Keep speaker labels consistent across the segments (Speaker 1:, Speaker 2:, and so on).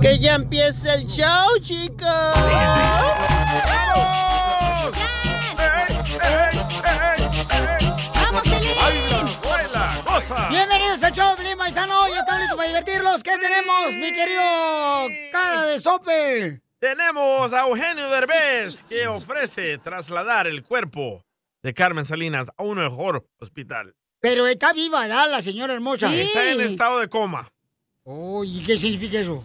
Speaker 1: Que ya empiece el show, chicos. Bienvenidos al show, Blin Maizano. Ya estamos listos para divertirlos. ¿Qué tenemos, mi querido cara de sope?
Speaker 2: Tenemos a Eugenio Derbez que ofrece trasladar el cuerpo de Carmen Salinas a un mejor hospital.
Speaker 1: Pero está viva, ¿verdad, la señora hermosa?
Speaker 2: Está en estado de coma.
Speaker 1: Oh, ¿y qué significa eso?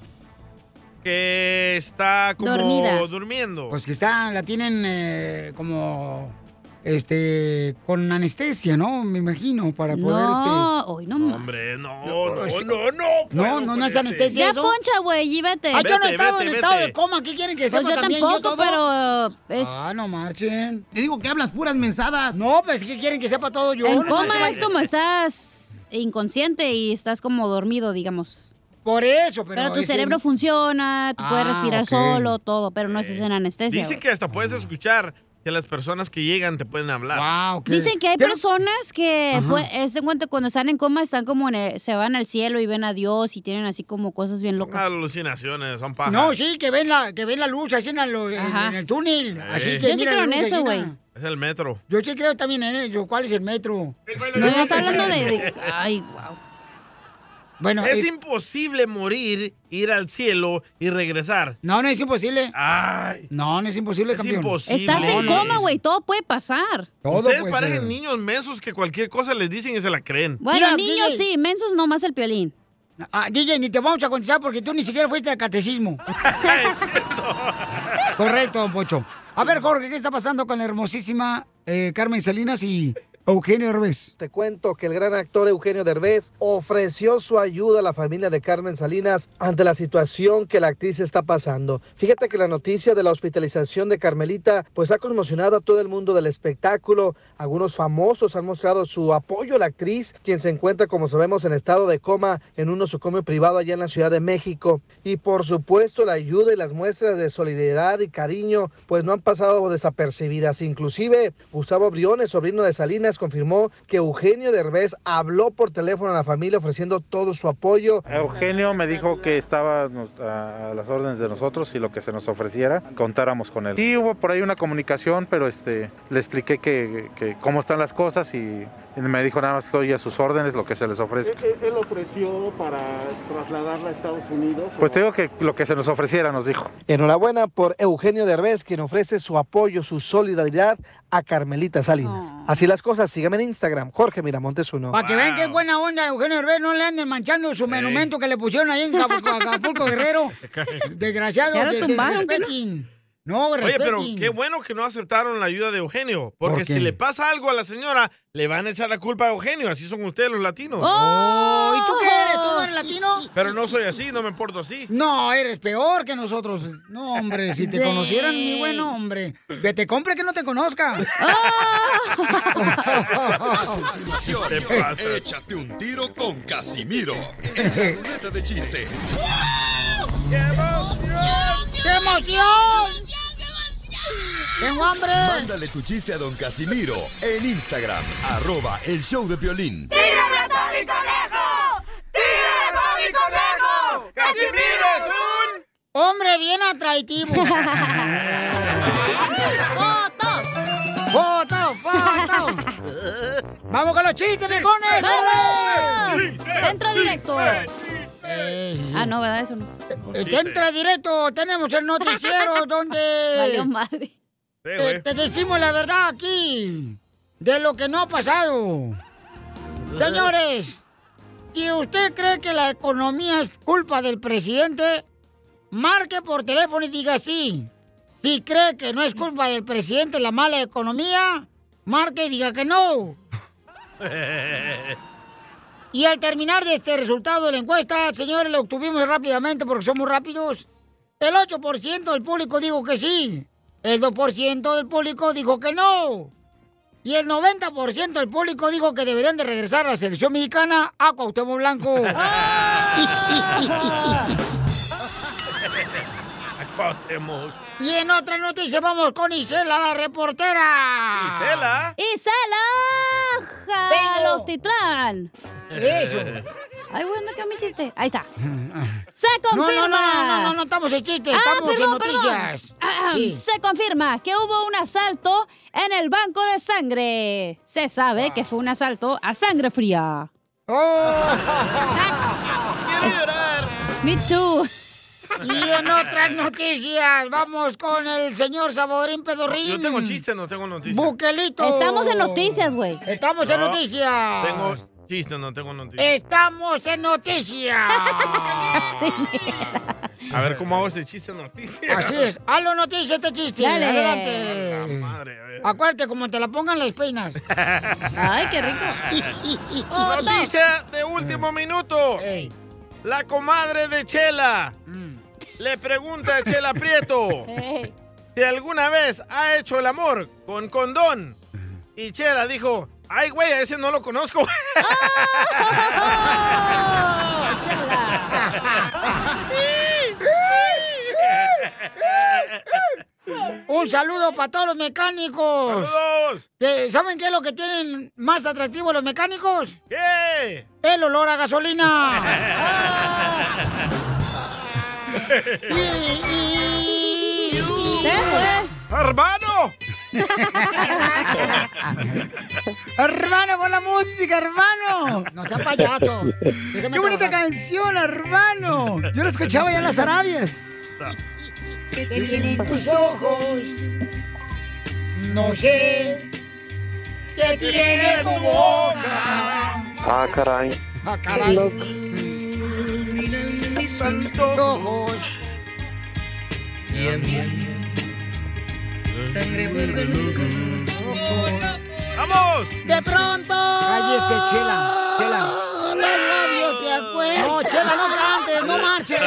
Speaker 2: Que está como
Speaker 1: Dormida.
Speaker 2: durmiendo.
Speaker 1: Pues que está, la tienen eh, como, este, con anestesia, ¿no? Me imagino, para poder,
Speaker 3: No,
Speaker 1: este...
Speaker 3: hoy no más.
Speaker 2: Hombre, no,
Speaker 1: No,
Speaker 2: no,
Speaker 1: sí.
Speaker 2: no, no.
Speaker 1: este, No, no, no es anestesia
Speaker 3: Ya
Speaker 1: eso.
Speaker 3: poncha, güey, llévate.
Speaker 1: Ay, yo no he estado en estado de coma, ¿qué quieren que
Speaker 3: Pues
Speaker 1: sepa
Speaker 3: yo
Speaker 1: también
Speaker 3: tampoco,
Speaker 1: todo?
Speaker 3: pero es-
Speaker 1: Ah, no marchen. Te digo que hablas puras mensadas. No, pues ¿qué quieren que sepa todo yo?
Speaker 3: en
Speaker 1: No
Speaker 3: coma
Speaker 1: marchen.
Speaker 3: es como estás inconsciente y estás como dormido, digamos.
Speaker 1: Por eso, pero...
Speaker 3: Pero tu
Speaker 1: es
Speaker 3: cerebro
Speaker 1: un-
Speaker 3: funciona, tú puedes
Speaker 1: Ah,
Speaker 3: respirar
Speaker 1: ok.
Speaker 3: solo, todo, pero no estás en anestesia.
Speaker 2: Dice
Speaker 3: güey.
Speaker 2: que hasta puedes escuchar que las personas que llegan te pueden hablar.
Speaker 3: Dicen que hay personas que
Speaker 2: Ajá.
Speaker 3: pues, eh, se encuentran cuando están en coma están como en el- se van al cielo y ven a Dios y tienen así como cosas bien locas.
Speaker 2: Alucinaciones, son pajas.
Speaker 1: No, sí, que ven la, que ven la luz así en, la lu- en-
Speaker 3: Ajá.
Speaker 1: en el túnel. Así
Speaker 2: Eh.
Speaker 1: que
Speaker 3: Yo sí
Speaker 1: mira la
Speaker 3: creo en
Speaker 1: luz
Speaker 3: eso,
Speaker 1: así,
Speaker 3: güey.
Speaker 1: ¿no?
Speaker 2: Es el metro.
Speaker 1: Yo sí creo también en ello. ¿Cuál es el metro?
Speaker 3: No, ya está hablando de... de- Ay, wow.
Speaker 1: Bueno,
Speaker 2: es,
Speaker 1: es-
Speaker 2: imposible morir, ir al cielo y regresar.
Speaker 1: No, no es imposible.
Speaker 2: Ay.
Speaker 1: No, no es imposible,
Speaker 2: Es
Speaker 1: campeón.
Speaker 2: imposible.
Speaker 3: Estás en
Speaker 2: No, no,
Speaker 3: coma, güey, todo puede pasar.
Speaker 2: Ustedes
Speaker 1: puede
Speaker 2: parecen
Speaker 1: ser.
Speaker 2: niños mensos que cualquier cosa les dicen y se la creen.
Speaker 3: Bueno,
Speaker 1: Mira,
Speaker 3: niños
Speaker 1: DJ.
Speaker 3: sí, mensos no más el piolín.
Speaker 1: Ah, DJ, ni te vamos a contestar porque tú ni siquiera fuiste al catecismo. Correcto, don Pocho. A ver, Jorge, ¿qué está pasando con la hermosísima eh, Carmen Salinas y Eugenio Herbes?
Speaker 4: Te cuento que el gran actor Eugenio Derbez ofreció su ayuda a la familia de Carmen Salinas ante la situación que la actriz está pasando. Fíjate que la noticia de la hospitalización de Carmelita pues ha conmocionado a todo el mundo del espectáculo. Algunos famosos han mostrado su apoyo a la actriz, quien se encuentra, como sabemos, en estado de coma en un nosocomio privado allá en la Ciudad de México. Y por supuesto la ayuda y las muestras de solidaridad y cariño pues no han pasado desapercibidas. Inclusive Gustavo Briones, sobrino de Salinas, confirmó que Eugenio Derbez habló por teléfono a la familia ofreciendo todo su apoyo.
Speaker 5: Eugenio me dijo que estaba nos- a a las órdenes de nosotros y lo que se nos ofreciera, contáramos con él. Sí, hubo por ahí una comunicación, pero este, le expliqué que, que cómo están las cosas y, y me dijo nada más estoy a sus órdenes, lo que se les ofrezca.
Speaker 6: Él ofreció para trasladarla a Estados Unidos.
Speaker 5: Pues te digo que lo que se nos ofreciera, nos dijo.
Speaker 4: Enhorabuena por Eugenio Derbez, quien ofrece su apoyo, su solidaridad a Carmelita Salinas. Así las cosas, síganme en Instagram, Jorge Miramontes uno.
Speaker 1: Para que vean qué buena onda, Eugenio Herbes, no le anden manchando su monumento que le pusieron ahí en Acapulco, Acapulco, Guerrero. Desgraciado.
Speaker 2: Ya lo
Speaker 1: de- de-
Speaker 2: tumbaron, ¿qué no?
Speaker 1: respeten. No,
Speaker 2: Oye, pero
Speaker 1: respeten.
Speaker 2: qué bueno que no aceptaron la ayuda de Eugenio, porque
Speaker 1: ¿Por qué?
Speaker 2: si le pasa algo a la señora, le van a echar la culpa a Eugenio, así son ustedes los latinos.
Speaker 1: Oh, ¿y tú qué eres? ¿Tú no eres latino?
Speaker 2: Pero no soy así, no me porto así.
Speaker 1: No, eres peor que nosotros. No, hombre, si te
Speaker 2: Sí.
Speaker 1: conocieran, mi buen hombre. Que te compre que no te conozca.
Speaker 7: Te pasa. Échate un tiro con Casimiro. En la ruleta de chistes.
Speaker 1: ¡Qué emoción! ¡Tengo hambre!
Speaker 7: Mándale tu chiste a don Casimiro en Instagram, arroba el show de violín.
Speaker 1: ¡Casimiro es un hombre bien atractivo! ¡Foto! ¡Foto, foto! ¡Vamos con los chistes, viejones!
Speaker 3: ¡Vamos!
Speaker 1: ¡Dale!
Speaker 3: Entra directo. Ah, no, ¿verdad? Eso no.
Speaker 1: Eh, te entra directo, tenemos el noticiero donde...
Speaker 3: Valió madre.
Speaker 6: Eh,
Speaker 1: Te, te decimos la verdad aquí, de lo que no ha pasado. Señores, si usted cree que la economía es culpa del presidente, marque por teléfono y diga sí. Si cree que no es culpa del presidente la mala economía, marque y diga que no. Y al terminar de este resultado de la encuesta, señores, lo obtuvimos rápidamente porque somos rápidos. El 8% del público dijo que sí. El 2% del público dijo que no. Y el 90% del público dijo que deberían de regresar a la selección mexicana a Cuauhtémoc Blanco.
Speaker 2: Cuauhtémoc.
Speaker 1: y en otra noticia vamos con Isela, la reportera.
Speaker 2: Isela.
Speaker 3: ¡Isela! ¡Los Titlán!
Speaker 1: Eso.
Speaker 3: Ay, bueno, que mi chiste. Ahí está. Se
Speaker 1: No, no, no,
Speaker 3: confirma.
Speaker 1: no, no, no, no estamos en chistes, estamos en noticias.
Speaker 3: Ahem,
Speaker 1: Sí.
Speaker 3: Se confirma que hubo un asalto en el banco de sangre. Se sabe que fue un asalto a sangre fría.
Speaker 2: Quiero llorar.
Speaker 3: Me too.
Speaker 1: Y en otras noticias, vamos con el señor Saborín Pedorrín.
Speaker 2: Yo tengo chiste, no tengo noticia.
Speaker 1: Buquelito.
Speaker 3: Estamos en noticias, güey.
Speaker 1: Estamos en
Speaker 2: No,
Speaker 1: noticias.
Speaker 2: Tengo chiste, no tengo noticia.
Speaker 1: Estamos en noticias.
Speaker 3: Así mira.
Speaker 2: A ver cómo hago este chiste noticia.
Speaker 1: Eh. Así es. Hazlo noticia este chiste.
Speaker 3: Dale.
Speaker 2: La
Speaker 1: Adelante.
Speaker 2: madre, a ver.
Speaker 1: Acuérdate, como te la pongan, las peinas.
Speaker 3: Ay, qué rico. Oh, no.
Speaker 2: Noticia de último minuto.
Speaker 1: Mm. Ey.
Speaker 2: La comadre de Chela
Speaker 1: Mm.
Speaker 2: le pregunta a Chela Prieto
Speaker 3: Ey,
Speaker 2: si alguna vez ha hecho el amor con condón. Y Chela dijo, ay, güey, a ese no lo conozco.
Speaker 1: Un saludo para todos los mecánicos.
Speaker 2: ¡Saludos!
Speaker 1: Eh, ¿Saben qué es lo que tienen más atractivo los mecánicos?
Speaker 2: ¿Qué?
Speaker 1: El olor a gasolina. Y- y- y-
Speaker 3: ¿Eh, güey?
Speaker 2: ¡Hermano!
Speaker 1: Ah, Hermano, con la música, hermano. No sean payasos. Déjame
Speaker 8: ¡Qué bonita
Speaker 1: trabajar.
Speaker 8: canción, hermano! Yo la escuchaba ya en las Arabias.
Speaker 1: tus ojos. No sé qué tiene tu boca.
Speaker 5: Ah, caray.
Speaker 1: Ah, caray. Tus ojos.
Speaker 2: ¡Vamos!
Speaker 1: De pronto.
Speaker 8: Cállese, Chela, Chela.
Speaker 1: Los labios se acuestan. No, Chela, no cantes, no marches.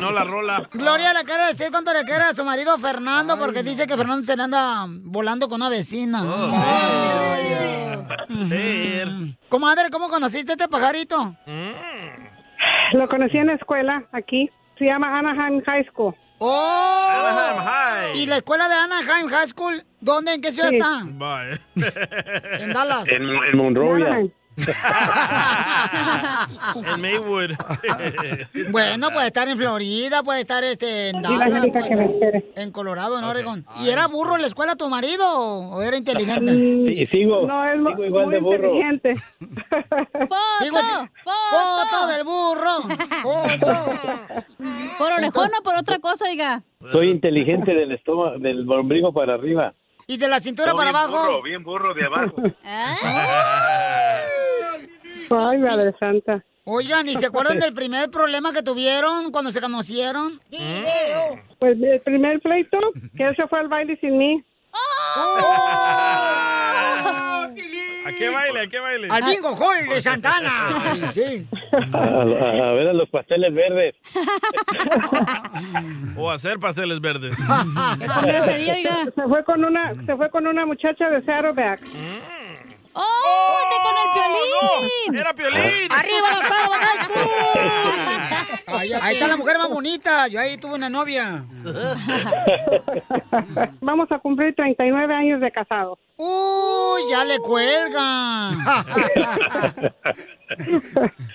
Speaker 2: No la rola.
Speaker 1: Gloria le quiere decir cuánto le quiere a su marido Fernando porque dice que Fernando se le anda volando con una vecina.
Speaker 2: Oh, Ver.
Speaker 1: Comadre, ¿cómo conociste a este pajarito?
Speaker 2: Mm.
Speaker 9: Lo conocí en la escuela, aquí. Se llama Anaheim High School.
Speaker 1: ¡Oh!
Speaker 2: Anaheim High.
Speaker 1: ¿Y la escuela de Anaheim High School? ¿Dónde? ¿En qué ciudad
Speaker 9: Sí.
Speaker 1: está?
Speaker 2: Bye.
Speaker 1: En Dallas.
Speaker 5: En, Monrovia.
Speaker 9: Anaheim.
Speaker 2: en Maywood.
Speaker 1: Bueno, puede estar en Florida, puede estar este, en
Speaker 9: Dile a
Speaker 1: Dallas,
Speaker 9: Angélica
Speaker 1: puede
Speaker 9: que me
Speaker 1: estar
Speaker 9: espere.
Speaker 1: en Colorado, en Oregon. ¿Y era burro en la escuela tu marido o era inteligente?
Speaker 9: Mm,
Speaker 5: Y sigo.
Speaker 9: No, es mu-
Speaker 5: Sigo igual
Speaker 9: muy
Speaker 5: de burro.
Speaker 9: inteligente.
Speaker 1: Digo, sí.
Speaker 3: ¡Foto!
Speaker 1: ¡Foto
Speaker 3: ¡Foto!
Speaker 1: del burro! ¡Foto!
Speaker 3: ¿Por orejón o por otra cosa, oiga?
Speaker 5: Soy inteligente del estómago, del ombligo para arriba.
Speaker 1: ¿Y de la cintura para abajo?
Speaker 5: bien burro de abajo.
Speaker 3: Ah,
Speaker 9: Ay, madre santa.
Speaker 1: Oigan, ¿y se acuerdan del primer problema que tuvieron cuando se conocieron?
Speaker 9: Pues el primer pleito, que él se fue al baile sin mí.
Speaker 2: ¿A qué baile? ¿A qué baile?
Speaker 1: ¡Oh! ¡Al bingo hall de Santana! Ay, sí.
Speaker 5: A, a- a ver a los pasteles verdes.
Speaker 2: O hacer pasteles verdes.
Speaker 3: ¿Qué comió ese día, oiga?
Speaker 9: Se fue con una, se fue con una muchacha de Saddleback.
Speaker 3: ¡Oh! ¡Te con el piolín!
Speaker 2: ¡Era Piolín!
Speaker 1: ¡Arriba la Salva High School! Cállate. Ahí está la mujer más bonita. Yo ahí tuve una novia.
Speaker 9: Vamos a cumplir 39 años de casados.
Speaker 1: ¡Uy, ya le cuelga!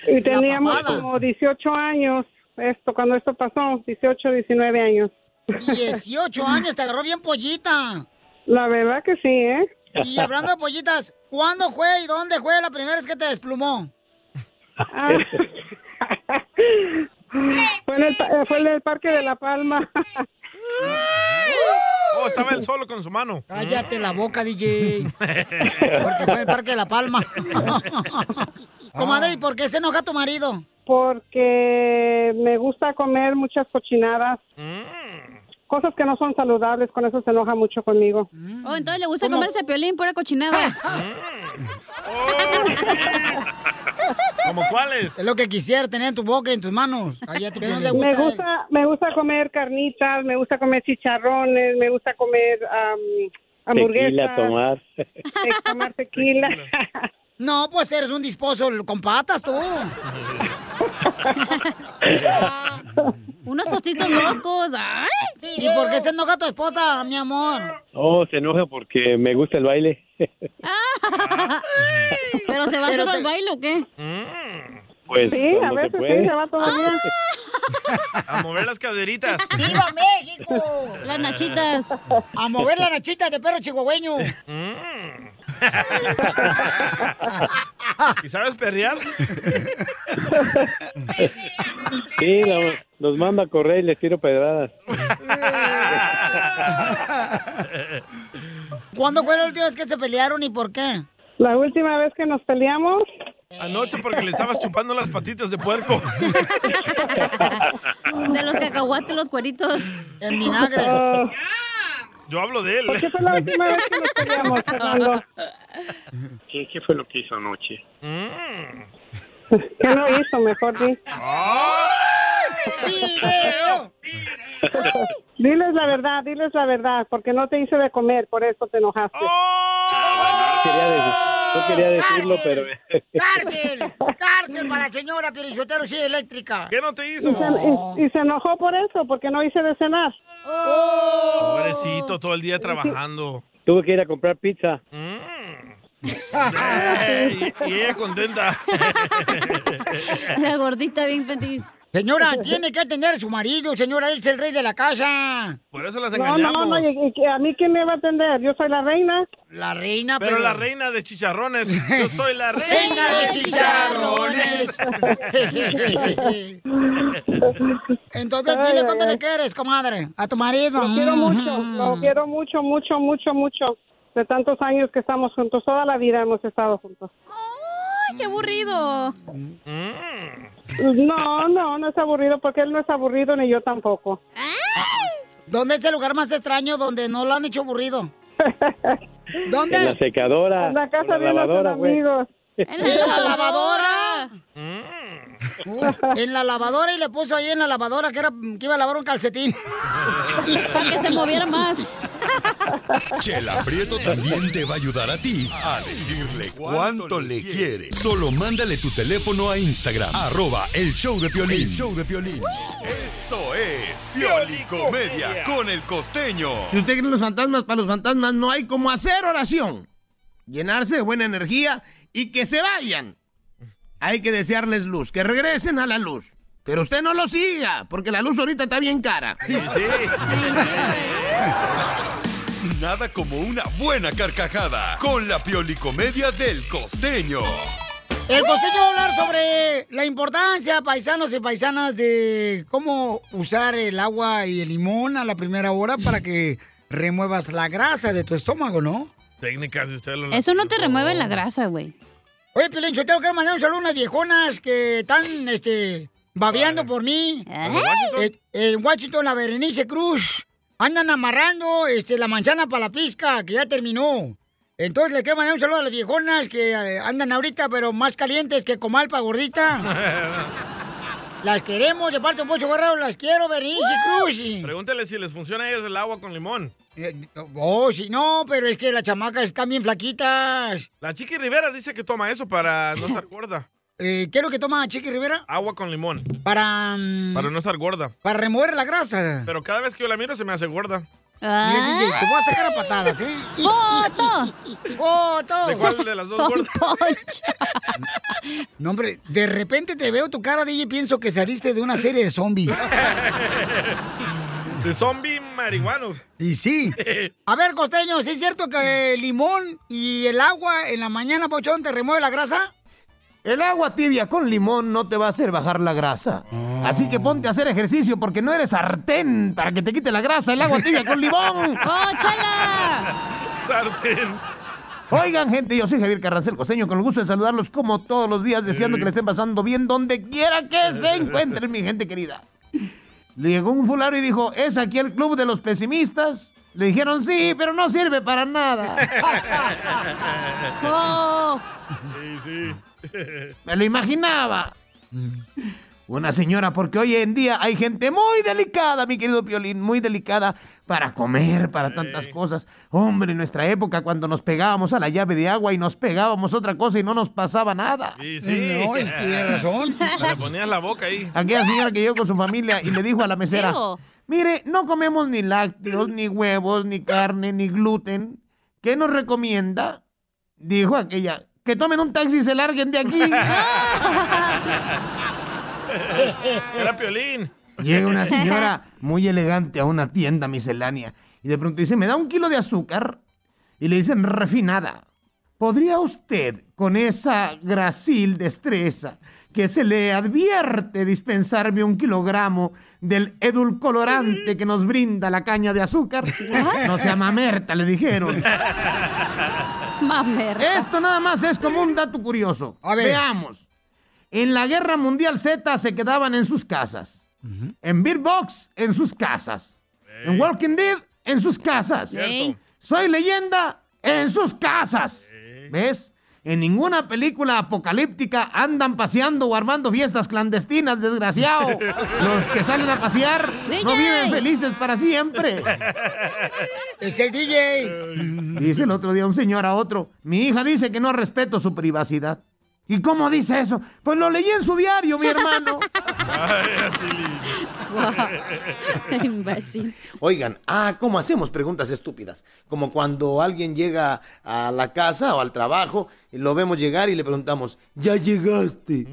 Speaker 9: Y teníamos
Speaker 1: papada.
Speaker 9: como 18 años, esto cuando esto pasó, 18, 19 años.
Speaker 1: 18 años, te agarró bien pollita.
Speaker 9: La verdad que sí, ¿eh?
Speaker 1: Y hablando de pollitas, ¿cuándo fue y dónde fue la primera vez que te desplumó?
Speaker 9: Ah, Fue en el, pa- eh, fue en el Parque de La Palma.
Speaker 2: Oh, estaba él solo con su mano.
Speaker 1: Cállate la boca, DJ. Porque fue en el Parque de la Palma. Comadre, ¿y por qué se enoja tu marido?
Speaker 9: Porque me gusta comer muchas cochinadas.
Speaker 1: Mm.
Speaker 9: Cosas que no son saludables, con eso se enoja mucho conmigo.
Speaker 3: Oh, entonces le gusta comerse piolín pura
Speaker 9: Ah.
Speaker 3: cochinada.
Speaker 2: ¿Como cuáles?
Speaker 1: Es lo que quisiera tener en tu boca y en tus manos. Cállate, pero no le
Speaker 9: me
Speaker 1: gusta.
Speaker 9: gusta me gusta comer carnitas me gusta comer chicharrones me gusta comer am, hamburguesas
Speaker 10: Tequila, tomar.
Speaker 9: eh, tomar tequila
Speaker 1: No, pues eres un disposo con patas tú.
Speaker 3: Unos tostitos locos. Ay.
Speaker 1: ¿Y por qué se enoja tu esposa, mi amor?
Speaker 10: Oh, se enoja porque me gusta el baile.
Speaker 3: ¿Pero se va a
Speaker 1: Pero
Speaker 3: hacer
Speaker 1: te-
Speaker 3: al baile o qué?
Speaker 10: Pues
Speaker 9: sí a
Speaker 10: cuando se
Speaker 9: veces
Speaker 10: puede.
Speaker 9: sí se va todavía
Speaker 2: A mover las caderitas.
Speaker 1: ¡Viva México!
Speaker 3: Las nachitas.
Speaker 1: A mover las nachitas de perro chihuahueño.
Speaker 2: Mm. ¿Y sabes perrear?
Speaker 10: Sí, lo- nos manda a correr y les tiro pedradas.
Speaker 1: ¿Cuándo fue la última vez que se pelearon y por qué?
Speaker 9: la última vez que nos peleamos
Speaker 2: Anoche porque le estabas chupando las patitas de puerco.
Speaker 3: Ah. De los cacahuates, los cueritos.
Speaker 1: En
Speaker 2: vinagre.
Speaker 9: Oh,
Speaker 2: Yo hablo de él.
Speaker 9: ¿Por qué fue la última vez que nos peleamos, Fernando?
Speaker 10: ¿Qué, qué fue lo que hizo anoche?
Speaker 5: Mm.
Speaker 9: ¿Qué no hizo mejor di?
Speaker 1: ¡Video!
Speaker 9: diles la verdad diles la verdad porque no te hice de comer por eso te enojaste
Speaker 1: Oh,
Speaker 10: Quería decir- no quería decirlo, pero...
Speaker 1: ¡Cárcel! ¡Cárcel para la señora Pierichotero, sí, eléctrica!
Speaker 2: ¿Qué no te hizo?
Speaker 9: y se, y- y se enojó por eso porque no hice de cenar
Speaker 1: ¡Oh!
Speaker 2: Pobrecito, todo el día trabajando.
Speaker 10: Tuve que ir a comprar pizza.
Speaker 2: Eh, y, y ella contenta.
Speaker 3: La gordita bien feliz.
Speaker 1: Señora, tiene que atender a su marido, señora, él es el rey de la casa.
Speaker 2: Por eso las
Speaker 9: No, no,
Speaker 2: engañamos.
Speaker 9: no, y- y que a mí quién me va a atender, yo soy la reina.
Speaker 1: La reina,
Speaker 2: pero... la reina de chicharrones. Yo soy la reina
Speaker 1: ¡Reina
Speaker 2: de
Speaker 1: de chicharrones! Entonces,
Speaker 9: Ay,
Speaker 1: dile
Speaker 9: ay,
Speaker 1: cuánto
Speaker 9: ay.
Speaker 1: le quieres, comadre, a tu marido. Ah.
Speaker 9: Lo quiero mucho, lo quiero mucho, mucho, mucho, mucho. De tantos años que estamos juntos, toda la vida hemos estado juntos.
Speaker 3: Ay, qué aburrido.
Speaker 9: No, no, no es aburrido porque él no es aburrido ni yo tampoco.
Speaker 1: Ah. ¿Dónde es el lugar más extraño donde no lo han hecho aburrido? ¿Dónde?
Speaker 10: En la secadora.
Speaker 9: En la casa
Speaker 10: con la
Speaker 9: de unos
Speaker 10: lavadora, güey.
Speaker 9: amigos.
Speaker 1: ¡En la lavadora! Uh, en la lavadora y le puso ahí en la lavadora que, era, que iba a lavar un calcetín.
Speaker 3: Para que se moviera más.
Speaker 7: Chela Prieto también te va a ayudar a ti a decirle cuánto le quiere. Solo mándale tu teléfono a Instagram, arroba el show de Piolín.
Speaker 11: El
Speaker 7: show de Piolín. Esto es Piolicomedia con el costeño.
Speaker 12: Si usted cree en los fantasmas, para los fantasmas no hay como hacer oración. Llenarse de buena energía y que se vayan. Hay que desearles luz, que regresen a la luz. Pero usted no lo siga, porque la luz ahorita está bien cara.
Speaker 7: Nada como una buena carcajada con la Piolicomedia del costeño.
Speaker 1: El costeño va a hablar sobre la importancia, paisanos y paisanas, de cómo usar el agua y el limón a la primera hora para que remuevas la grasa de tu estómago, ¿no?
Speaker 2: Técnicas de usted. lo-
Speaker 3: Eso no te remueve la grasa, güey.
Speaker 1: Oye, Pilín, yo tengo que mandar un saludo a unas viejonas que están, este, babeando por mí. Eh, En Washington, la Berenice Cruz. Andan amarrando, este, la manzana para la pizca, que ya terminó. Entonces, le quiero mandar un saludo a las viejonas que eh, andan ahorita, pero más calientes que comalpa gordita. Las queremos, de parte de Pocho Guerrero, las quiero, Berenice Cruz. y-
Speaker 2: Pregúntale si les funciona a ellos el agua con limón.
Speaker 1: eh, oh, sí, no, pero es que las chamacas están bien flaquitas.
Speaker 2: La Chiqui Rivera dice que toma eso para no estar gorda.
Speaker 1: Eh, ¿Qué es lo que toma Chiqui Rivera?
Speaker 2: Agua con limón.
Speaker 1: Para... mm,
Speaker 2: Para no estar gorda.
Speaker 1: Para remover la grasa.
Speaker 2: Pero cada vez que yo la miro se me hace gorda.
Speaker 1: Mira,
Speaker 6: Ah.
Speaker 1: DJ, te voy a sacar a patadas, ¿eh?
Speaker 3: ¡Foto!
Speaker 1: ¡Foto!
Speaker 2: ¿De cuál de las dos gordas?
Speaker 1: No, hombre, de repente te veo tu cara, DJ, y pienso que saliste de una serie de zombies.
Speaker 2: De zombie marihuano.
Speaker 1: Y sí. A ver, costeño, ¿sí es cierto que el limón y el agua en la mañana, Pochón, te remueve la grasa?
Speaker 12: El agua tibia con limón no te va a hacer bajar la grasa. Así que ponte a hacer ejercicio porque no eres sartén para que te quite la grasa el agua tibia con limón.
Speaker 3: ¡Oh, chala!
Speaker 2: Sartén.
Speaker 12: Oigan, gente, yo soy Javier Carrasel Costeño, con el gusto de saludarlos como todos los días, deseando que le estén pasando bien donde quiera que se encuentren, mi gente querida. Le llegó un fulano y dijo, ¿es aquí el club de los pesimistas? Le dijeron, sí, pero no sirve para nada. ¡Oh!
Speaker 2: Sí, sí.
Speaker 12: Me lo imaginaba.
Speaker 2: Mm.
Speaker 12: Una señora, porque hoy en día hay gente muy delicada, mi querido Piolín, muy delicada para comer, para tantas cosas. Hombre, en nuestra época cuando nos pegábamos a la llave de agua y nos pegábamos otra cosa y no nos pasaba nada.
Speaker 2: Sí, sí.
Speaker 12: No, es que tiene razón.
Speaker 2: Le ponías la boca ahí.
Speaker 12: Aquella señora que llegó con su familia y le dijo a la mesera,
Speaker 2: Digo.
Speaker 12: mire, no comemos ni lácteos, ni huevos, ni carne, ni gluten. ¿Qué nos recomienda? Dijo aquella, que tomen un taxi y se larguen de aquí.
Speaker 2: Era piolín.
Speaker 12: Llega una señora muy elegante a una tienda miscelánea y de pronto dice, me da un kilo de azúcar y le dicen refinada. ¿Podría usted, con esa gracil destreza que se le advierte, dispensarme un kilogramo del edulcolorante que nos brinda la caña de azúcar? No sea mamerta, le dijeron. Esto nada más es como un dato curioso.
Speaker 8: ver.
Speaker 12: Veamos. En la Guerra Mundial Z se quedaban en sus casas. En Beatbox, en sus casas. En Walking Dead, en sus casas.
Speaker 2: Cierto.
Speaker 12: Soy leyenda, en sus casas. ¿Ves? En ninguna película apocalíptica andan paseando o armando fiestas clandestinas, desgraciado. Los que salen a pasear no
Speaker 8: DJ.
Speaker 12: viven felices para siempre.
Speaker 8: Es el DJ.
Speaker 12: Dice el otro día un señor a otro, mi hija dice que no respeto su privacidad. ¿Y cómo dice eso? Pues lo leí en su diario, mi hermano.
Speaker 3: Imbécil.
Speaker 13: Oigan, ah, ¿cómo hacemos preguntas estúpidas? Como cuando alguien llega a la casa o al trabajo, y lo vemos llegar y le preguntamos, ¿ya llegaste?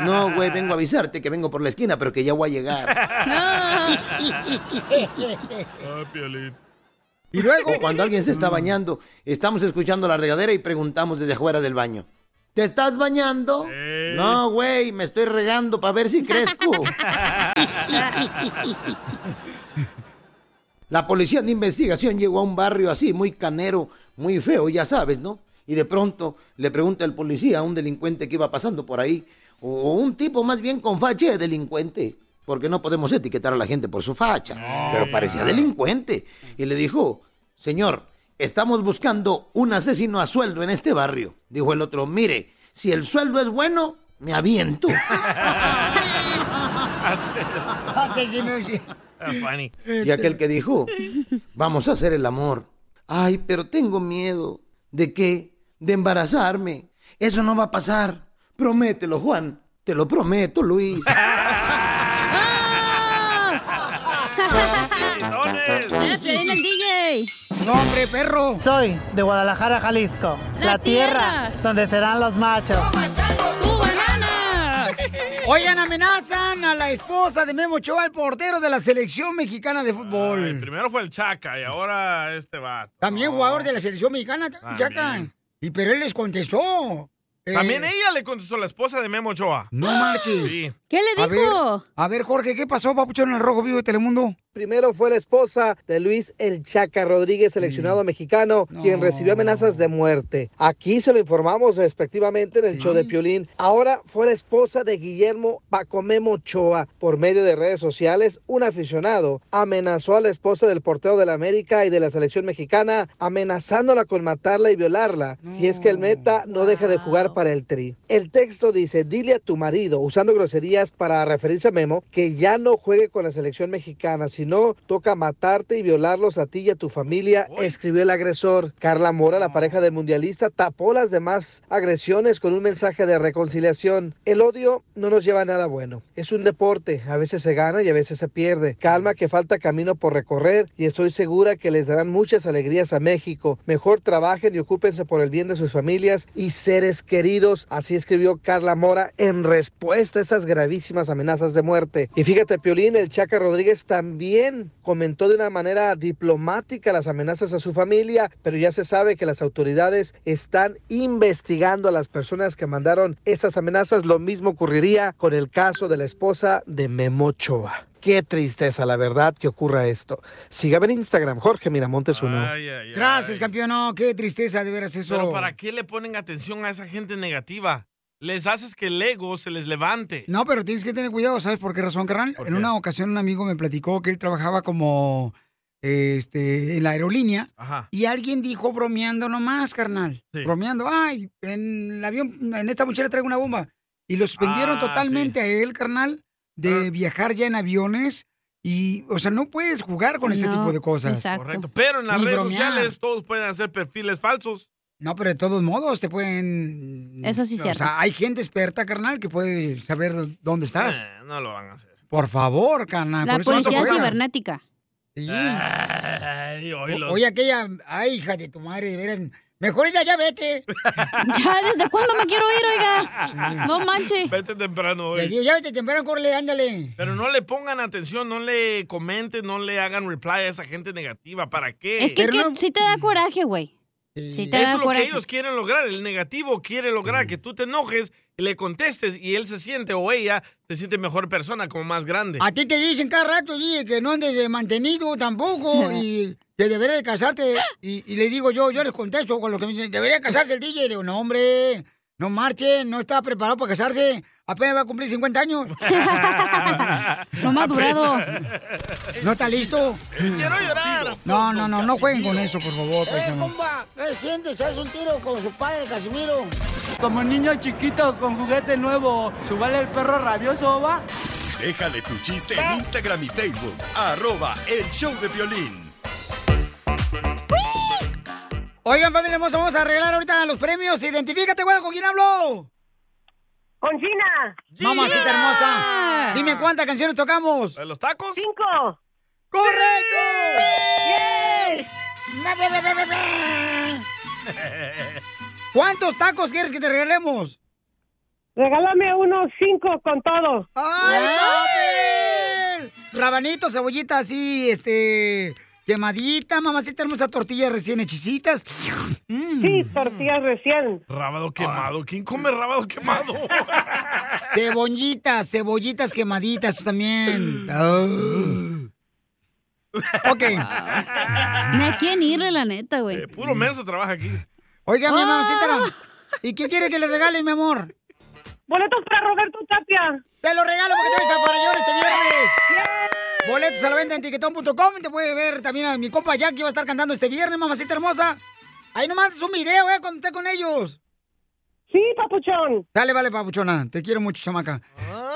Speaker 13: No, güey, vengo a avisarte que vengo por la esquina, pero que ya voy a llegar.
Speaker 2: Ay, piolín.
Speaker 13: Y luego, o cuando alguien se está bañando, estamos escuchando la regadera y preguntamos desde afuera del baño. ¿Te estás bañando? No, güey, me estoy regando para ver si crezco. La policía de investigación llegó a un barrio así, muy canero, muy feo, ya sabes, ¿no? Y de pronto le pregunta el policía a un delincuente que iba pasando por ahí, o, o un tipo más bien con facha de delincuente, porque no podemos etiquetar a la gente por su facha, pero parecía delincuente. Y le dijo, señor, estamos buscando un asesino a sueldo en este barrio. Dijo el otro, mire, si el sueldo es bueno, me aviento.
Speaker 2: That's funny.
Speaker 13: Y aquel que dijo, vamos a hacer el amor. Ay, pero tengo miedo. ¿De qué? De embarazarme. Eso no va a pasar. Promételo, Juan. Te lo prometo, Luis.
Speaker 3: Viene Ah, el DJ.
Speaker 8: ¡Hombre, perro!
Speaker 14: Soy de Guadalajara, Jalisco.
Speaker 3: La
Speaker 14: La,
Speaker 3: tierra.
Speaker 14: tierra, donde serán los machos.
Speaker 1: Oigan, amenazan a la esposa de Memo Ochoa, el portero de la selección mexicana de
Speaker 2: El
Speaker 1: fútbol.
Speaker 2: primero fue el Chaca y ahora este va.
Speaker 1: También jugador de la selección mexicana, Chacan.
Speaker 2: También.
Speaker 1: Y pero él les contestó. Eh,
Speaker 2: También ella le contestó a la esposa de Memo Ochoa.
Speaker 1: No marches.
Speaker 2: ¡Ah! Sí.
Speaker 3: ¿Qué
Speaker 1: A ver, A ver, Jorge, ¿qué pasó, papuchón, en el Rojo Vivo de Telemundo?
Speaker 4: Primero fue la esposa de Luis El Chaca Rodríguez, seleccionado mexicano, quien recibió amenazas de muerte. Aquí se lo informamos respectivamente en el show de Piolín. Ahora fue la esposa de Guillermo Pacomemo Ochoa. Por medio de redes sociales, un aficionado amenazó a la esposa del portero de la América y de la selección mexicana, amenazándola con matarla y violarla si es que el meta no deja de jugar para el tri. El texto dice, dile a tu marido, usando groserías para referirse a Memo, que ya no juegue con la selección mexicana, si no, toca matarte y violarlos a ti y a tu familia, escribió el agresor. Carla Mora, la pareja del mundialista, tapó las demás agresiones con un mensaje de reconciliación. El odio no nos lleva a nada bueno. Es un deporte, a veces se gana y a veces se pierde. Calma que falta camino por recorrer y estoy segura que les darán muchas alegrías a México. Mejor trabajen y ocúpense por el bien de sus familias y seres queridos. Así escribió Carla Mora en respuesta a estas gravísimas amenazas de muerte. Y fíjate, Piolín, el Chaca Rodríguez también bien comentó de una manera diplomática las amenazas a su familia, pero ya se sabe que las autoridades están investigando a las personas que mandaron esas amenazas. Lo mismo ocurriría con el caso de la esposa de Memo Ochoa. Qué tristeza, la verdad, que ocurra esto. Sígame en Instagram, Jorge Miramontes uno.
Speaker 1: Gracias, campeón. No, qué tristeza de veras eso.
Speaker 2: Pero ¿para qué le ponen atención a esa gente negativa? Les haces que el ego se les levante.
Speaker 1: No, pero tienes que tener cuidado, ¿sabes por qué razón, carnal? En una ocasión un amigo me platicó que él trabajaba como este en la aerolínea
Speaker 2: Ajá.
Speaker 1: y alguien dijo bromeando nomás, carnal. Bromeando, ay, en el avión, en esta mochila traigo una bomba. Y lo suspendieron
Speaker 8: Ah,
Speaker 1: totalmente a él, carnal, de
Speaker 2: Ah.
Speaker 1: viajar ya en aviones. Y, o sea, no puedes jugar con ese
Speaker 2: No,
Speaker 1: tipo de cosas.
Speaker 2: Correcto. Pero en las
Speaker 1: Ni
Speaker 2: redes
Speaker 1: bromear.
Speaker 2: sociales todos pueden hacer perfiles falsos.
Speaker 1: No, pero de todos modos te pueden.
Speaker 2: Eso sí es
Speaker 1: O
Speaker 2: cierto.
Speaker 1: sea, hay gente experta, carnal, que puede saber dónde estás.
Speaker 2: Eh, no lo van a hacer.
Speaker 1: Por favor, carnal.
Speaker 3: La
Speaker 1: Ah, por eso no te
Speaker 3: policía
Speaker 1: juegan.
Speaker 3: cibernética.
Speaker 1: Sí.
Speaker 2: Ay,
Speaker 1: O-
Speaker 2: oílos.
Speaker 1: Oye, aquella. Ay, hija de tu madre, verán. Mejor ella ya vete.
Speaker 3: ya, ¿desde cuándo me quiero ir, oiga? No manche.
Speaker 2: Vete temprano
Speaker 1: Te
Speaker 2: hoy.
Speaker 1: digo, ya vete temprano, corre, ándale.
Speaker 2: Pero no le pongan atención, no le comenten, no le hagan reply a esa gente negativa. ¿Para qué?
Speaker 3: Es que, que sí te da coraje, güey. Sí
Speaker 2: Eso
Speaker 3: te da
Speaker 2: es lo que
Speaker 3: coraje.
Speaker 2: ellos quieren lograr. El negativo quiere lograr que tú te enojes y le contestes y él se siente o ella se siente mejor persona, como más grande.
Speaker 1: A ti te dicen cada rato, oye, que no andes de mantenido tampoco y que deberías de casarte. Y, y le digo yo, yo les contesto con lo que me dicen, debería casarse el DJ. Le digo, no, hombre, no marchen, no está preparado para casarse. Apenas va a cumplir 50 años. no madurado. No está listo.
Speaker 2: Quiero llorar.
Speaker 1: No, no, no, no jueguen con eso, por favor, paisanos.
Speaker 8: Eh, ¿Qué sientes? ¿Haz un tiro con su padre, Casimiro? Como niño chiquito con juguete nuevo, ¿subale el perro rabioso, va?
Speaker 7: Déjale tu chiste en Instagram y Facebook. Arroba el show de violín.
Speaker 1: Oigan, familia hermosa, vamos a arreglar ahorita los premios. Identifícate, bueno, ¿con quién hablo? Con Gina. Mamacita
Speaker 8: Gina.
Speaker 1: hermosa. Dime cuántas canciones tocamos.
Speaker 2: ¿Los tacos?
Speaker 1: Cinco. ¡Correcto! ¿Cuántos tacos quieres que te regalemos?
Speaker 9: Regálame unos cinco con todo.
Speaker 1: ¡Ay, Isabel! Rabanito, cebollita así, este... Quemadita, mamacita hermosa, tortillas recién hechicitas. Mm. Sí, tortillas recién.
Speaker 2: Rábado
Speaker 1: Ah.
Speaker 2: quemado. ¿Quién come rábado quemado?
Speaker 1: Cebollitas, cebollitas quemaditas, tú también. Ah. Ok.
Speaker 3: Ni a quién irle, la neta, güey.
Speaker 2: Eh,
Speaker 1: Mm.
Speaker 2: Puro menso trabaja aquí.
Speaker 1: Oiga, mi
Speaker 3: Ah.
Speaker 1: mamacita. ¿Y qué quiere que le regale, mi amor? Ah. Boletos para Roberto Tapia. Te lo regalo porque te ves al Farallón este viernes. Boletos a la venta en tiquetón.com. Te puede ver también a mi compa Jack que va a estar cantando este viernes, mamacita hermosa. Ahí nomás es un video, eh, cuando esté con ellos. Sí, papuchón. Dale, vale, papuchona. Te quiero mucho, chamaca.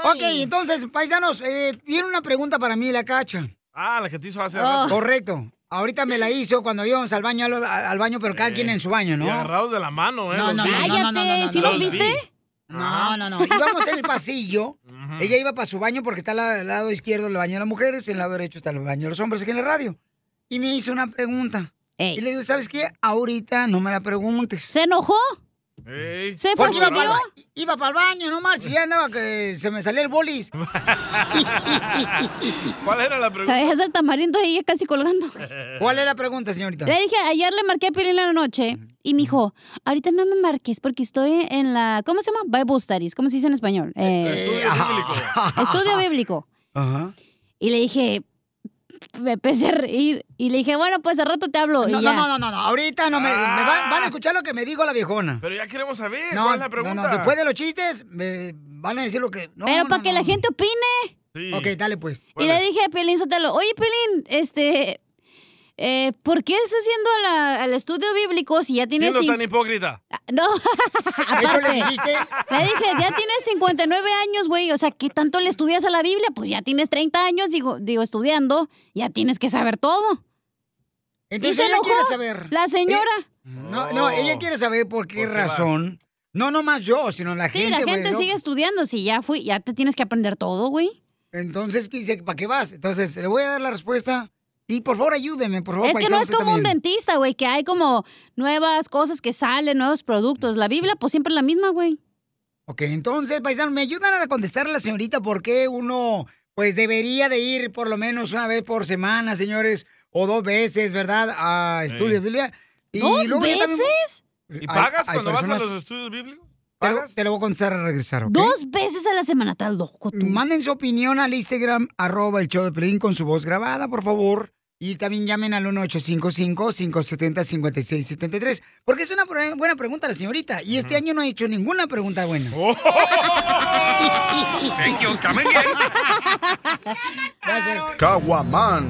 Speaker 1: Ok, entonces, paisanos, eh, tiene una pregunta para mí, la cacha.
Speaker 2: Ah, la que te hizo
Speaker 1: Oh.
Speaker 2: hace rato.
Speaker 1: Correcto. Ahorita me la hizo cuando íbamos al baño, al, al baño, pero cada quien en su baño, ¿no?
Speaker 2: Eh, Y agarrados de la mano, ¿eh? Los
Speaker 1: No,
Speaker 2: Ah.
Speaker 1: no,
Speaker 2: vi.
Speaker 1: no, no, no, no, no, ¿sí los viste?
Speaker 2: Ajá.
Speaker 1: No, no, no. Íbamos en el pasillo. Ella iba para su baño porque está la- al lado izquierdo el baño de las mujeres, el lado derecho está el baño de los hombres aquí en la radio. Y me hizo una pregunta. Y le digo, ¿sabes qué? Ahorita no me la preguntes.
Speaker 3: ¿Se enojó?
Speaker 2: Ey.
Speaker 3: ¿Se
Speaker 1: Porque iba
Speaker 3: fastidió?
Speaker 1: para, iba para el baño, no marches, ya andaba que se me salía el bolis.
Speaker 2: ¿Cuál era la pregunta?
Speaker 3: Traías el tamarindo ahí casi colgando.
Speaker 1: ¿Cuál es la pregunta, señorita?
Speaker 3: Le dije, ayer le marqué a Piolín en la noche y me dijo, ahorita no me marques porque estoy en la, ¿cómo se llama? Bible Studies, ¿cómo se dice en español? Eh, estudio bíblico.
Speaker 1: Ajá.
Speaker 3: Y le dije, me empecé a reír y le dije, bueno, pues al rato te hablo. y
Speaker 1: No,
Speaker 3: ya.
Speaker 1: no,
Speaker 3: Ah.
Speaker 1: no, no, no, no, ahorita no me, me van, van a escuchar lo que me dijo la viejona.
Speaker 2: Pero ya queremos saber
Speaker 1: No,
Speaker 2: cuál es la pregunta.
Speaker 1: no, no, después de los chistes me van a decir lo que... No,
Speaker 3: Pero
Speaker 1: no,
Speaker 3: para
Speaker 1: no,
Speaker 3: que la
Speaker 1: no.
Speaker 3: gente opine.
Speaker 1: Ok, dale pues.
Speaker 3: Y le dije a Pelín Sotelo, oye Pelín, este, eh, ¿por qué estás haciendo la- el estudio bíblico si ya
Speaker 2: ¿Quién
Speaker 3: tienes...
Speaker 2: no
Speaker 3: cin-
Speaker 2: tan hipócrita?
Speaker 3: No, aparte.
Speaker 2: le dijiste?
Speaker 3: Le dije, ya tienes 59 años, güey. O sea, ¿qué tanto le estudias a la Biblia? Pues ya tienes 30 años, digo, digo estudiando. Ya tienes que saber todo.
Speaker 1: Entonces
Speaker 3: y se
Speaker 1: ella
Speaker 3: enojó
Speaker 1: quiere saber.
Speaker 3: La señora.
Speaker 1: No,
Speaker 2: Oh.
Speaker 1: no, ella quiere saber por qué razón. No, no más yo, sino la
Speaker 3: sí,
Speaker 1: gente.
Speaker 3: la gente
Speaker 1: güey, ¿no?
Speaker 3: sigue estudiando. Si ya fui, ya te tienes que aprender todo, güey.
Speaker 1: Entonces, ¿qué dice? ¿para qué vas? Entonces, le voy a dar la respuesta. Y por favor, ayúdeme, por favor.
Speaker 3: Es que no es
Speaker 1: paisanos,
Speaker 3: como un
Speaker 1: también.
Speaker 3: dentista, güey, que hay como nuevas cosas que salen, nuevos productos. La Biblia, pues siempre es la misma, güey.
Speaker 1: Ok, entonces, paisano, ¿me ayudan a contestar a la señorita por qué uno pues debería de ir por lo menos una vez por semana, señores, o dos veces, ¿verdad? A estudios de Biblia.
Speaker 3: ¿Dos
Speaker 1: luego ya también-
Speaker 3: veces?
Speaker 2: ¿Y pagas
Speaker 1: hay
Speaker 2: cuando vas a
Speaker 1: personas-
Speaker 2: los estudios bíblicos?
Speaker 1: Te lo, te lo voy a contestar al regresar, ¿ok?
Speaker 3: Dos veces a la semana, estás loco tú.
Speaker 1: Manden su opinión al Instagram, arroba el show de Pelín con su voz grabada, por favor. Y también llamen al 1-855-570-5673. Porque es una pre- buena pregunta la señorita. Y este año no ha hecho ninguna pregunta buena.
Speaker 7: Thank you, come again. Caguaman.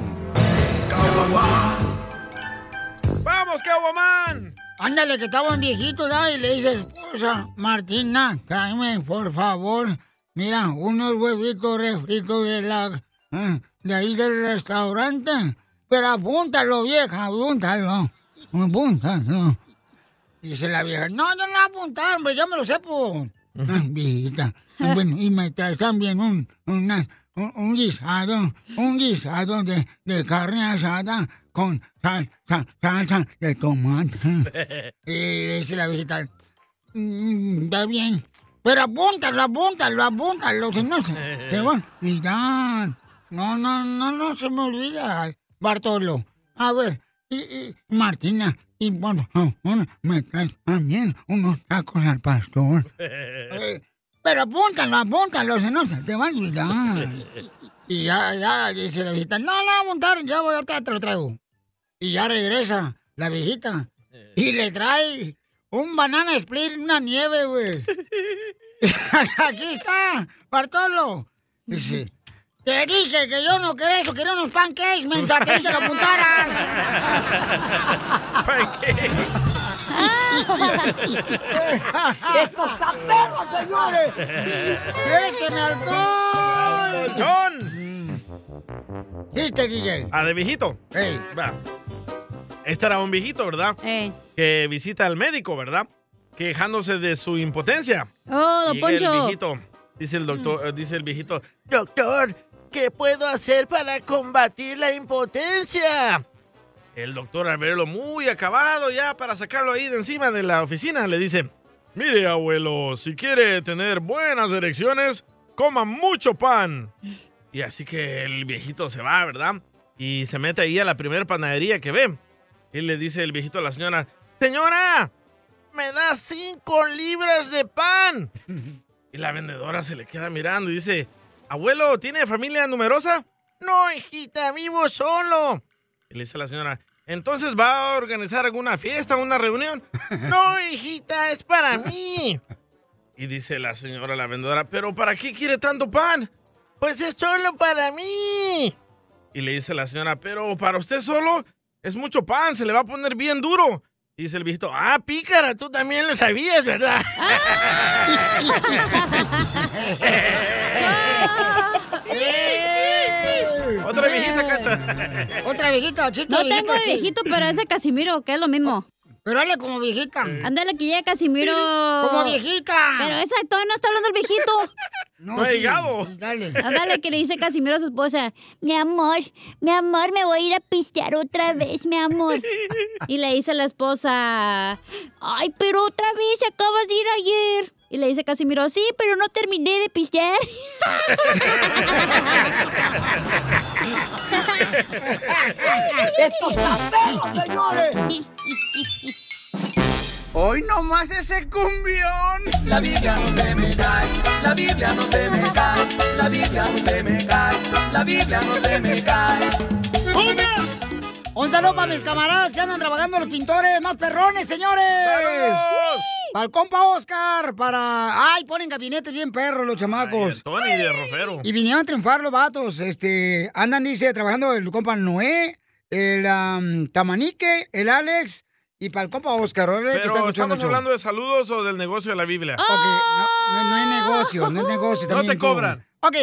Speaker 1: ¡Vamos, Caguamán! Ándale, que estaba un viejito, ¿da? Y le dice, esposa, Martina, tráeme, por favor, mira, unos huevitos refritos de la... eh, de ahí del restaurante. Pero apúntalo, vieja, apúntalo. Apúntalo. Dice la vieja, no, yo no voy a apuntar, hombre, ya me lo sepo. Ay, viejita. Bueno, y me traes también un, una- un, un guisado, un guisado de, de carne asada con sal- sal- salsa de tomate. Y le dice la viejita, "Mm, está bien, pero apúntalo, apúntalo, apúntalo, si no se te va a olvidar. No, no, no, no se me olvida, Bartolo. A ver, y, y, Martina, y bueno, ah, bueno, me traes también unos tacos al pastor. Eh, Pero apúntalo, apúntalo, si no se te va a olvidar. Y ya, ya, dice la viejita, no, no, apuntar, ya voy, ahorita te lo traigo. Y ya regresa la viejita y le trae un banana split, una nieve, güey. Aquí está, Bartolo. Dice, te dije que yo no quería eso, quería unos pancakes, mensa, te dije que lo apuntaras. ¡Esto está perro, señores! ¡Écheme alcohol! ¿Viste, DJ?
Speaker 2: Ah, de viejito. Va. Este era un viejito, ¿verdad? Que visita al médico, ¿verdad? Quejándose de su impotencia.
Speaker 3: Oh, don
Speaker 2: Llega El
Speaker 3: Poncho.
Speaker 2: viejito. Dice el doctor, eh, dice el viejito,
Speaker 8: Doctor, ¿qué puedo hacer para combatir la impotencia?
Speaker 2: El doctor al verlo muy acabado ya para sacarlo ahí de encima de la oficina le dice, mire abuelo, si quiere tener buenas erecciones, coma mucho pan. Y así que el viejito se va, ¿verdad? Y se mete ahí a la primera panadería que ve. Y le dice el viejito a la señora, señora, me da cinco libras de pan. Y la vendedora se le queda mirando y dice, abuelo, ¿tiene familia numerosa? No, hijita, vivo solo. Y le dice la señora, ¿entonces va a organizar alguna fiesta, una reunión? No, hijita, es para mí. Y dice la señora la vendedora, ¿pero para qué quiere tanto pan? Pues es solo para mí. Y le dice la señora, pero para usted solo es mucho pan, se le va a poner bien duro. Y dice el viejito, ah, pícara, tú también lo sabías, ¿verdad? Otra viejita, cacha.
Speaker 1: Otra viejita, chiste.
Speaker 3: No tengo de viejito, pero ese Casimiro, que es lo mismo.
Speaker 1: Pero hable como viejita.
Speaker 3: Ándale, que llega Casimiro.
Speaker 1: Como viejita.
Speaker 3: Pero esa todavía no está hablando el viejito.
Speaker 1: No ha sí, llegado. dale.
Speaker 3: Ándale, que le dice Casimiro a su esposa, mi amor, mi amor, me voy a ir a pistear otra vez, mi amor. Y le dice la esposa, ay, pero otra vez, acabas de ir ayer. Y le dice Casimiro, sí, pero no terminé de pistear.
Speaker 8: ¡Esto está perro, señores!
Speaker 1: ¡Hoy nomás ese cumbión!
Speaker 8: La Biblia no se me cae, la Biblia no se me cae, la Biblia no se me cae, la Biblia no se me cae.
Speaker 1: Un saludo para mis camaradas que andan trabajando los pintores más perrones, señores.
Speaker 2: ¡Saludos!
Speaker 1: Para el compa Oscar, para... ¡Ay, ponen gabinetes bien perros los chamacos!
Speaker 2: Tony de Rofero.
Speaker 1: Y vinieron a triunfar los vatos. Este, andan, dice, trabajando el compa Noé, el am, Tamanique, el Alex y para el compa Oscar. ¿vale? que está
Speaker 2: Pero estamos
Speaker 1: escuchando el show.
Speaker 2: hablando de saludos o del negocio de la Biblia.
Speaker 1: No, no es negocio, no es negocio.
Speaker 2: No
Speaker 1: también
Speaker 2: te
Speaker 1: tú.
Speaker 2: cobran.
Speaker 1: Ok.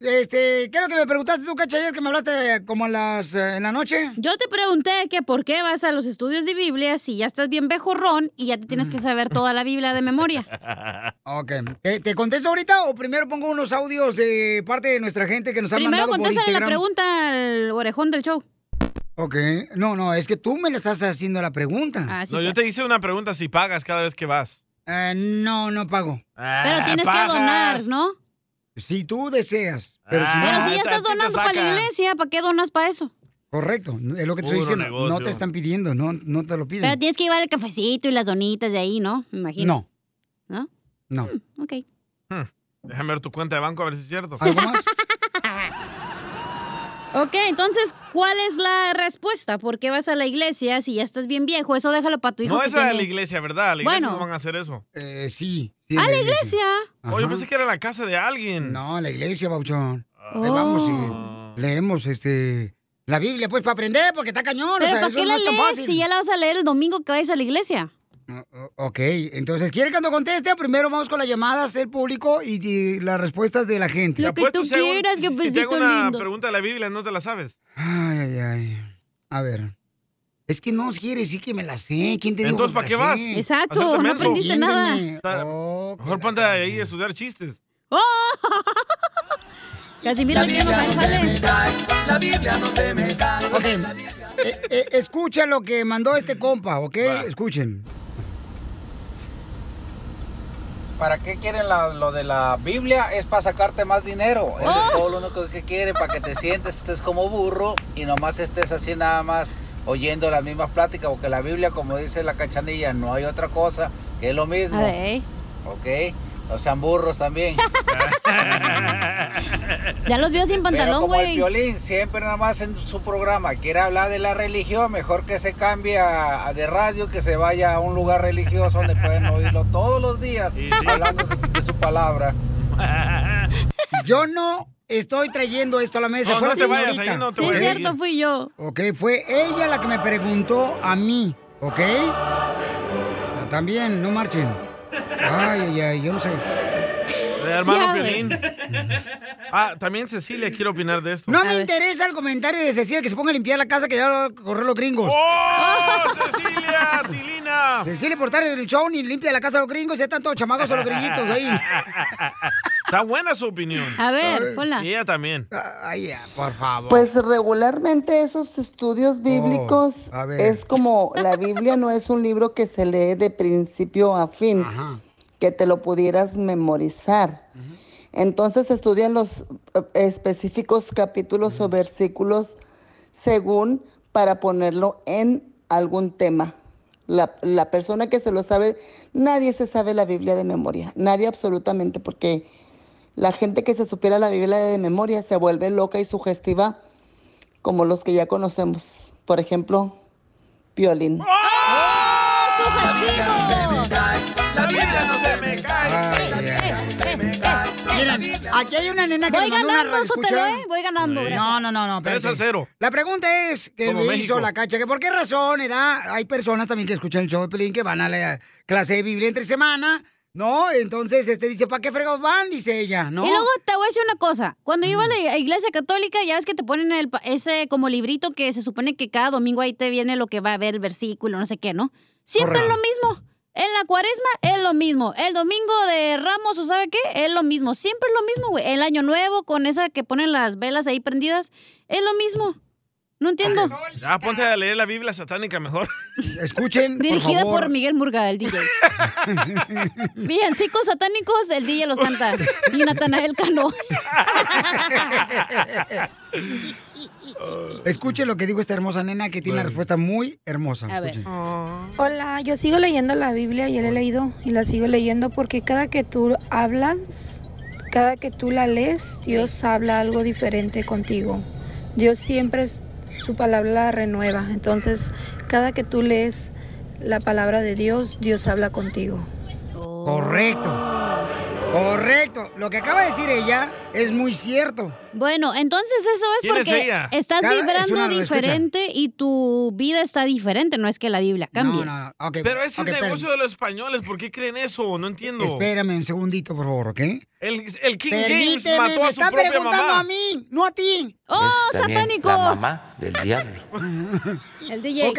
Speaker 1: Este, ¿qué es lo que me preguntaste tú, Cacha, ayer que me hablaste eh, como a las, eh, en la noche?
Speaker 3: Yo te pregunté que por qué vas a los estudios de Biblia si ya estás bien bejorrón y ya te tienes
Speaker 1: Mm.
Speaker 3: que saber toda la Biblia de memoria.
Speaker 1: Ok. ¿Te, te contesto ahorita o primero pongo unos audios de parte de nuestra gente que nos ha
Speaker 3: Primero
Speaker 1: mandado por
Speaker 3: contéstale la
Speaker 1: Instagram?
Speaker 3: pregunta al orejón del show.
Speaker 1: Ok. No, no, es que tú me le estás haciendo la pregunta.
Speaker 3: Ah,
Speaker 2: no, yo te hice una pregunta si pagas cada vez que vas. Ah.
Speaker 1: Eh, no, no pago.
Speaker 3: Pero tienes que donar, ¿no?
Speaker 1: Si tú deseas. Pero si,
Speaker 3: Pero
Speaker 1: no-
Speaker 3: si ya estás donando para la iglesia, ¿para qué donas para eso?
Speaker 1: Correcto, es lo que te estoy
Speaker 2: Puro
Speaker 1: diciendo. No
Speaker 2: negocio.
Speaker 1: te están pidiendo, no, no te lo piden.
Speaker 3: Pero tienes que llevar el cafecito y las donitas de ahí, ¿no? Me imagino.
Speaker 1: No,
Speaker 3: ¿No?
Speaker 1: no.
Speaker 3: Ok.
Speaker 2: Déjame ver tu cuenta de banco a ver si es cierto.
Speaker 3: Ok, entonces, ¿cuál es la respuesta? ¿Por qué vas a la iglesia si ya estás bien viejo? Eso déjalo para tu hijo.
Speaker 2: No
Speaker 3: que
Speaker 2: es a la
Speaker 3: tiene-
Speaker 2: iglesia, ¿verdad? A la iglesia
Speaker 3: Bueno.
Speaker 2: no van a hacer eso.
Speaker 1: Eh, sí.
Speaker 3: ¡A la iglesia!
Speaker 2: Oh, yo pensé que era la casa de alguien.
Speaker 1: No, la iglesia, Bauchón.
Speaker 3: Oh.
Speaker 1: Ahí Vamos y leemos este, la Biblia, pues, para aprender, porque está cañón.
Speaker 3: Pero
Speaker 1: o sea,
Speaker 3: ¿para
Speaker 1: eso
Speaker 3: qué
Speaker 1: no
Speaker 3: la
Speaker 1: es tan
Speaker 3: lees
Speaker 1: fácil.
Speaker 3: si ya la vas a leer el domingo que vayas a la iglesia?
Speaker 1: Ok, entonces, ¿quiere que nos conteste? O Primero vamos con las llamadas del público y, y las respuestas de la gente.
Speaker 2: Te apuesto si hago-
Speaker 3: pues,
Speaker 2: si te hago una pregunta de la Biblia, no te la sabes.
Speaker 1: Ay, ay, ay. A ver. Es que no quiere decir que me la sé. ¿Quién te dijo
Speaker 2: Entonces,
Speaker 1: que me
Speaker 2: ¿para
Speaker 1: la
Speaker 2: qué vas?
Speaker 1: sé?
Speaker 3: Exacto, Hacerte no menso. aprendiste nada.
Speaker 1: Entiéndeme.
Speaker 2: Está- Mejor ponte ahí a estudiar chistes.
Speaker 3: ¡Oh! Casimiro le quiere bajar el jale.
Speaker 1: La Biblia no se me cae. Ok. Eh, eh, escucha lo que mandó este compa, ¿ok? Escuchen.
Speaker 15: ¿Para qué quieren la- lo de la Biblia? Es para sacarte más dinero. Eso es todo lo único que quieren, para que te sientes, estés como burro y nomás estés así nada más oyendo las mismas pláticas, porque la Biblia, como dice la cachanilla, no hay otra cosa que es lo mismo.
Speaker 3: A ver.
Speaker 15: ¿Ok? No sean burros también.
Speaker 3: Ya los veo sin
Speaker 15: Pero
Speaker 3: pantalón,
Speaker 15: como el
Speaker 3: güey.
Speaker 15: violín, siempre nada más en su programa quiere hablar de la religión, mejor que se cambie a, a de radio, que se vaya a un lugar religioso donde pueden oírlo todos los días hablando de su- de su palabra.
Speaker 1: Yo no estoy trayendo esto a la mesa.
Speaker 15: No,
Speaker 1: fue
Speaker 15: no
Speaker 1: la
Speaker 15: te vayas,
Speaker 1: señorita.
Speaker 15: ahí no te Sí, voy a cierto, seguir.
Speaker 3: fui yo.
Speaker 1: Ok, fue ella la que me preguntó a mí, ¿ok? Ah, También, no marchen. Ay, ay, ay, yo no sé.
Speaker 2: Eh, hermano
Speaker 1: Ya,
Speaker 2: Piolín. Ah, también Cecilia quiere opinar de esto.
Speaker 1: No me interesa el comentario de Cecilia que se ponga a limpiar la casa que ya va a correr los gringos.
Speaker 2: ¡Oh, Cecilia, Tilina!
Speaker 1: Cecilia por tarde el show ni limpia la casa de los gringos, ya están todos chamacos a los gringuitos ahí.
Speaker 2: Está buena su opinión.
Speaker 1: A ver, ponla.
Speaker 2: Y ella también.
Speaker 1: Ay, ya, por favor.
Speaker 16: Pues regularmente esos estudios bíblicos
Speaker 2: Oh, a ver.
Speaker 16: es como la Biblia no es un libro que se lee de principio a fin, que te lo pudieras memorizar. Entonces se estudian los eh, específicos capítulos o versículos según para ponerlo en algún tema. La, la persona que se lo sabe, nadie se sabe la Biblia de memoria, nadie absolutamente, porque la gente que se supiera la Biblia de memoria se vuelve loca y sugestiva como los que ya conocemos. Por ejemplo, Piolín.
Speaker 8: La Biblia no se me cae. La Biblia no se me cae.
Speaker 1: Miren, aquí hay una nena que
Speaker 8: Voy
Speaker 1: nos mandó
Speaker 8: ganando,
Speaker 1: una radio
Speaker 8: súpelo,
Speaker 1: escucha.
Speaker 8: ¿eh? Voy ganando,
Speaker 1: Sí.
Speaker 8: gracias.
Speaker 1: No, no, no, no.
Speaker 2: Tres
Speaker 1: espérate.
Speaker 2: a cero.
Speaker 1: La pregunta es que
Speaker 2: Como
Speaker 1: me
Speaker 2: México.
Speaker 1: hizo la cacha, que por qué razón, edad, hay personas también que escuchan el show de Pelín que van a la clase de Biblia entre semana, ¿no? Entonces, este dice, ¿para qué fregados van? Dice ella, ¿no?
Speaker 3: Y luego te voy a decir una cosa. Cuando iba a la iglesia católica, ya ves que te ponen el, pa- ese como librito que se supone que cada domingo ahí te viene lo que va a haber, el versículo, no sé qué, ¿no? Siempre
Speaker 17: Correcto.
Speaker 3: es lo mismo. En la cuaresma es lo mismo. El domingo de Ramos o sabe qué, es lo mismo. Siempre es lo mismo, güey. El año nuevo con esa que ponen las velas ahí prendidas, es lo mismo. No entiendo.
Speaker 2: Ya ponte a leer la Biblia satánica mejor.
Speaker 1: Escuchen.
Speaker 3: Dirigida por, Miguel Murga, el DJ. Villancicos satánicos, el DJ los canta. Y Natanael Cano.
Speaker 1: Escuchen lo que dijo esta hermosa nena que tiene una respuesta muy hermosa.
Speaker 18: A ver.
Speaker 1: Escuchen.
Speaker 18: Hola, yo sigo leyendo la Biblia, ya la he leído y la sigo leyendo porque cada que tú hablas, cada que tú la lees, Dios habla algo diferente contigo. Dios siempre es- su palabra la renueva, entonces cada que tú lees la palabra de Dios, Dios habla contigo.
Speaker 1: Correcto. Correcto. Lo que acaba de decir ella es muy cierto.
Speaker 3: Bueno, entonces eso es
Speaker 1: ¿Quién es
Speaker 3: porque
Speaker 1: ella?
Speaker 3: estás
Speaker 1: Cada- es
Speaker 3: vibrando
Speaker 1: una- escucha.
Speaker 3: diferente y tu vida está diferente, no es que la Biblia cambie.
Speaker 1: No, no, no. Ok,
Speaker 2: Pero ese es el
Speaker 1: ok, espérame.
Speaker 2: negocio de los españoles. ¿Por qué creen eso? No entiendo.
Speaker 1: Espérame un segundito, por favor, ¿ok?
Speaker 2: El, el King James
Speaker 1: Permíteme,
Speaker 2: mató
Speaker 1: me
Speaker 2: a su
Speaker 1: está
Speaker 2: propia
Speaker 1: preguntando
Speaker 2: mamá.
Speaker 1: a mí, no a ti.
Speaker 3: ¡Oh,
Speaker 19: Es también
Speaker 3: satánico!
Speaker 19: La mamá del diablo.
Speaker 3: El DJ.
Speaker 1: Ok.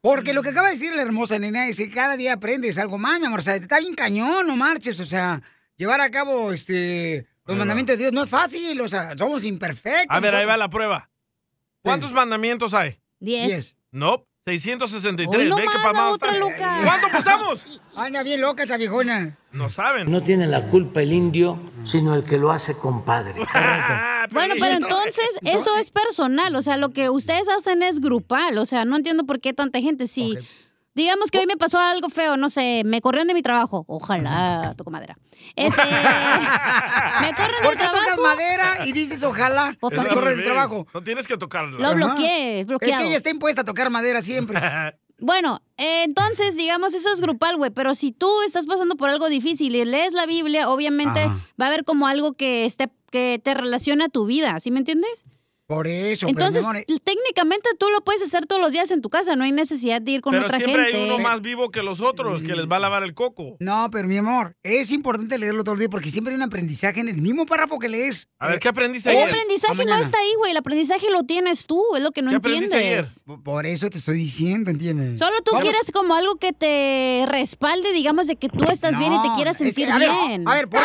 Speaker 1: Porque lo que acaba de decir la hermosa nena es que cada día aprendes algo más, mi amor. O sea, está bien cañón, no marches. O sea, llevar a cabo este los mandamientos de Dios no es fácil. O sea, somos imperfectos.
Speaker 2: A ver, ahí va
Speaker 1: nosotros.
Speaker 2: la prueba. ¿Cuántos mandamientos hay?
Speaker 3: Diez.
Speaker 2: No, 663. Ve que para más está-
Speaker 1: ¿Cuánto apostamos? Anda bien loca esta viejona.
Speaker 2: No saben.
Speaker 17: No tiene la culpa el indio, sino el que lo hace compadre.
Speaker 3: Bueno, pero entonces eso es personal, o sea, lo que ustedes hacen es grupal, o sea, no entiendo por qué tanta gente si digamos que hoy me pasó algo feo, no sé, me corrieron de mi trabajo, ojalá, toco madera. Este, me corren
Speaker 1: ¿Por
Speaker 3: del
Speaker 1: qué
Speaker 3: trabajo.
Speaker 1: tocas madera y dices ojalá?
Speaker 3: Pues
Speaker 2: Es
Speaker 1: para
Speaker 2: al
Speaker 1: correr el
Speaker 2: revés.
Speaker 1: trabajo.
Speaker 2: No tienes que tocarlo.
Speaker 3: Lo bloqueé, bloqueado.
Speaker 1: Es que ella está impuesta a tocar madera siempre.
Speaker 3: Bueno, eh, entonces, digamos, eso es grupal, güey, pero si tú estás pasando por algo difícil y lees la Biblia, obviamente
Speaker 1: Ajá.
Speaker 3: va a haber como algo que esté que te relaciona a tu vida, ¿sí me entiendes?
Speaker 1: Por eso, pues,
Speaker 3: Entonces,
Speaker 1: pero mi amor,
Speaker 3: técnicamente tú lo puedes hacer todos los días en tu casa, no hay necesidad de ir con
Speaker 2: Pero
Speaker 3: otra
Speaker 2: siempre
Speaker 3: gente.
Speaker 2: hay uno más vivo que los otros que les va a lavar el coco.
Speaker 1: No, pero mi amor, es importante leerlo todos los días porque siempre hay un aprendizaje en el mismo párrafo que lees.
Speaker 2: A ver, ¿qué aprendiste
Speaker 3: El
Speaker 2: ayer?
Speaker 3: aprendizaje no está ahí, güey. El aprendizaje lo tienes tú, es lo que no entiendes.
Speaker 1: P- Por eso te estoy diciendo, ¿entiendes?
Speaker 3: Solo tú
Speaker 1: Vamos.
Speaker 3: quieres como algo que te respalde, digamos, de que tú estás bien y te
Speaker 1: No,
Speaker 3: quieras
Speaker 1: es que,
Speaker 3: sentir
Speaker 1: a ver,
Speaker 3: bien.
Speaker 1: a ver, pues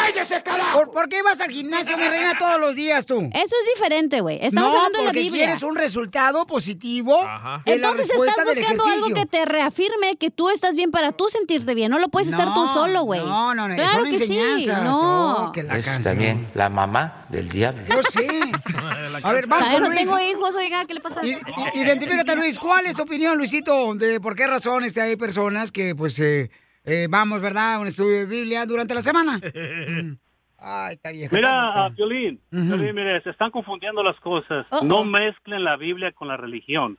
Speaker 1: ¿por, ¿por, por qué vas al gimnasio, mi reina, todos los días tú? Eso
Speaker 3: es diferente, güey. Estamos hablando de la Biblia.
Speaker 1: quieres un resultado positivo en la
Speaker 3: Entonces estás
Speaker 1: respuesta del
Speaker 3: buscando algo
Speaker 1: ejercicio.
Speaker 3: que te reafirme que tú estás bien para tú sentirte bien. No lo puedes hacer tú
Speaker 1: No,
Speaker 3: solo, güey.
Speaker 1: no, no, no,
Speaker 3: Claro
Speaker 1: son
Speaker 3: que sí.
Speaker 1: enseñanzas.
Speaker 3: No.
Speaker 1: Oh, que
Speaker 17: es también la mamá del diablo.
Speaker 1: Yo Ah, sí. A ver, vamos
Speaker 3: Todavía
Speaker 1: con
Speaker 3: no
Speaker 1: Luis.
Speaker 3: tengo hijos, oiga, ¿qué le pasa?
Speaker 1: I- Identifícate, Luis. ¿Cuál es tu opinión, Luisito? De por qué razones hay personas que, pues, eh, eh, vamos, ¿verdad? A Un estudio de Biblia durante la semana. Ay, está vieja.
Speaker 10: Mira,
Speaker 1: está
Speaker 10: a Piolín, Piolín, mire, se están confundiendo las cosas.
Speaker 1: Uh-oh.
Speaker 10: No mezclen la Biblia con la religión.